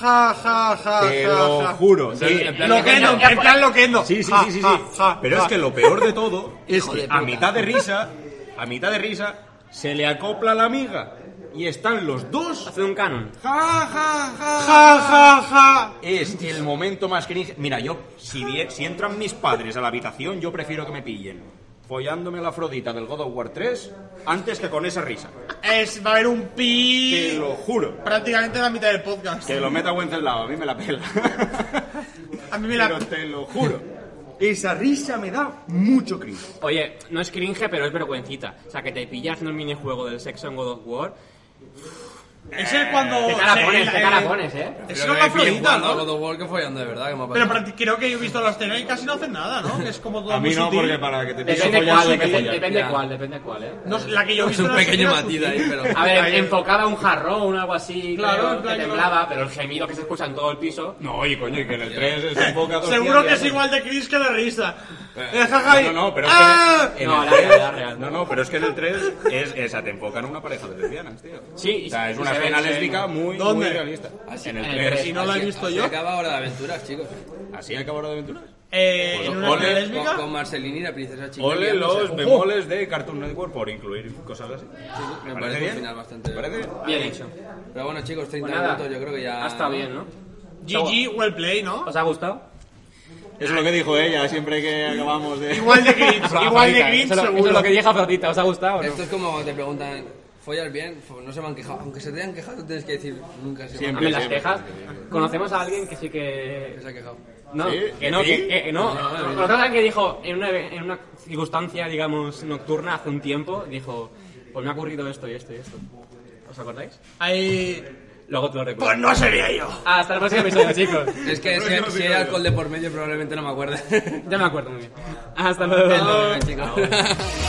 Speaker 4: Ja, ja, ja.
Speaker 3: te
Speaker 4: ja,
Speaker 3: lo
Speaker 4: ja.
Speaker 3: juro.
Speaker 2: Sí,
Speaker 3: Sí,
Speaker 2: en plan-
Speaker 4: Loquendo, en plan loquendo.
Speaker 3: Sí, sí,
Speaker 4: Ja,
Speaker 3: sí, sí,
Speaker 4: ja,
Speaker 3: sí.
Speaker 4: ja,
Speaker 3: Pero es
Speaker 4: ja.
Speaker 3: que lo peor de todo es que
Speaker 2: de
Speaker 3: a
Speaker 2: puta.
Speaker 3: mitad de risa, a mitad de risa, se le acopla la amiga y están los dos
Speaker 6: Hace un canon.
Speaker 3: ja, ja, ja,
Speaker 4: Ja, ja, ja.
Speaker 3: Es el momento más cringe. Mira, yo, si, vie- si entran mis padres a la habitación, yo prefiero que me pillen follándome a la Afrodita del God of War 3 antes que con esa risa.
Speaker 4: Es, va a haber un
Speaker 3: Te
Speaker 4: pi.
Speaker 3: lo juro.
Speaker 4: Prácticamente la mitad del podcast.
Speaker 3: Que lo meta Wenceslao, a mí me la pela.
Speaker 4: A mí me la-
Speaker 3: Pero te lo juro. Esa risa me da mucho cringe.
Speaker 6: Oye, no es cringe, pero es vergüencita. O sea, que te pillas en un minijuego del sexo en God of War.
Speaker 4: Es el cuando.
Speaker 6: ¿Qué cara
Speaker 4: se-
Speaker 6: pones? ¿Qué
Speaker 4: eh,
Speaker 6: cara pones, eh?
Speaker 2: Creo
Speaker 4: Es como
Speaker 2: que hay quien
Speaker 4: Afrodita,
Speaker 2: jugando a
Speaker 4: ¿no?
Speaker 2: God of War que follando de verdad, que me ha
Speaker 4: Pero
Speaker 2: pasado.
Speaker 4: practi- creo que yo he visto la escena y casi no hacen nada, ¿no? Que Es como todo muy sutil.
Speaker 3: para que te
Speaker 6: Depende cuál,
Speaker 3: hay que
Speaker 6: depende,
Speaker 3: follar.
Speaker 6: depende
Speaker 2: Ya.
Speaker 6: cuál, depende cuál, eh.
Speaker 4: No, la que yo he
Speaker 2: Es
Speaker 4: visto
Speaker 2: un
Speaker 4: en la
Speaker 2: pequeño
Speaker 4: escena es
Speaker 2: matiz ahí,
Speaker 4: sutil. Ah,
Speaker 2: pero...
Speaker 6: A ver,
Speaker 4: Ahí.
Speaker 6: enfocada a un jarrón o algo así,
Speaker 4: Claro,
Speaker 6: claro,
Speaker 4: en plan
Speaker 6: que
Speaker 4: que no-
Speaker 6: temblaba, pero el gemido que se escucha en todo el piso.
Speaker 3: No, oye, coño, y que en el 3 es un poco...
Speaker 4: Seguro que es igual de Chris que de risa. Eh, jaja, y-
Speaker 3: No, no, no, pero es que-
Speaker 4: ¡Ah!
Speaker 3: en
Speaker 6: No,
Speaker 3: el
Speaker 6: la real,
Speaker 3: 3
Speaker 6: la real.
Speaker 3: No, no, pero es que en el 3 es, es a te enfocan una pareja de lesbianas, tío.
Speaker 6: Sí,
Speaker 3: O sea, es
Speaker 6: y
Speaker 3: una
Speaker 6: se ve,
Speaker 3: escena
Speaker 6: se ve.
Speaker 3: lésbica muy,
Speaker 4: ¿Dónde?
Speaker 3: muy realista. Así, en el
Speaker 6: en el
Speaker 3: 3.
Speaker 6: tres.
Speaker 4: Si no la he visto yo.
Speaker 2: acaba Hora de Aventuras, chicos.
Speaker 3: Así acaba Hora de Aventuras.
Speaker 4: Eh,
Speaker 3: Pues
Speaker 4: ¿En una
Speaker 3: ole,
Speaker 4: escena
Speaker 2: Con,
Speaker 4: lésbica?
Speaker 2: con Marcelini y la princesa chica.
Speaker 3: Ole
Speaker 2: guiándose.
Speaker 3: los bemoles de Cartoon Network por incluir cosas así.
Speaker 2: Me
Speaker 3: ¿Te
Speaker 2: parece un
Speaker 3: bien?
Speaker 2: final bastante...
Speaker 3: ¿Te parece?
Speaker 6: Bien hecho.
Speaker 2: Pero bueno, chicos, 30
Speaker 6: Pues nada,
Speaker 2: minutos, yo creo que
Speaker 4: Ah,
Speaker 2: ya...
Speaker 6: Ha estado bien, ¿no?
Speaker 4: GG, well play, ¿no?
Speaker 6: ¿Os ha gustado?
Speaker 3: Eso es lo que dijo ella siempre que acabamos de...
Speaker 4: Igual de Grinch, igual de Grinch,
Speaker 6: Eso es lo- Eso es
Speaker 4: seguro.
Speaker 6: lo que dije a Afrodita, ¿os ha gustado o no?
Speaker 2: Esto es como cuando te preguntan, ¿follas bien? Fo- No se me han quejado. Aunque se te hayan quejado, tienes que decir, nunca se me han
Speaker 6: Dame las
Speaker 3: siempre,
Speaker 6: quejas. Conocemos a alguien que sí que...
Speaker 2: que se ha quejado.
Speaker 6: No,
Speaker 3: ¿Sí?
Speaker 6: que no,
Speaker 3: ¿Sí?
Speaker 6: que, que- que no. Conocemos a alguien que dijo, en una, en una circunstancia, digamos, nocturna, hace un tiempo, dijo, pues me ha ocurrido esto y esto y esto. ¿Os acordáis?
Speaker 4: Ahí...
Speaker 6: Luego te lo recuerdo.
Speaker 4: Pues no sería yo.
Speaker 6: Hasta el próximo episodio, chicos.
Speaker 2: Es que si, si hay alcohol de por medio, probablemente no me acuerde.
Speaker 6: Ya me acuerdo muy bien. Hasta luego.
Speaker 4: Ah,
Speaker 2: Hasta luego, chicos.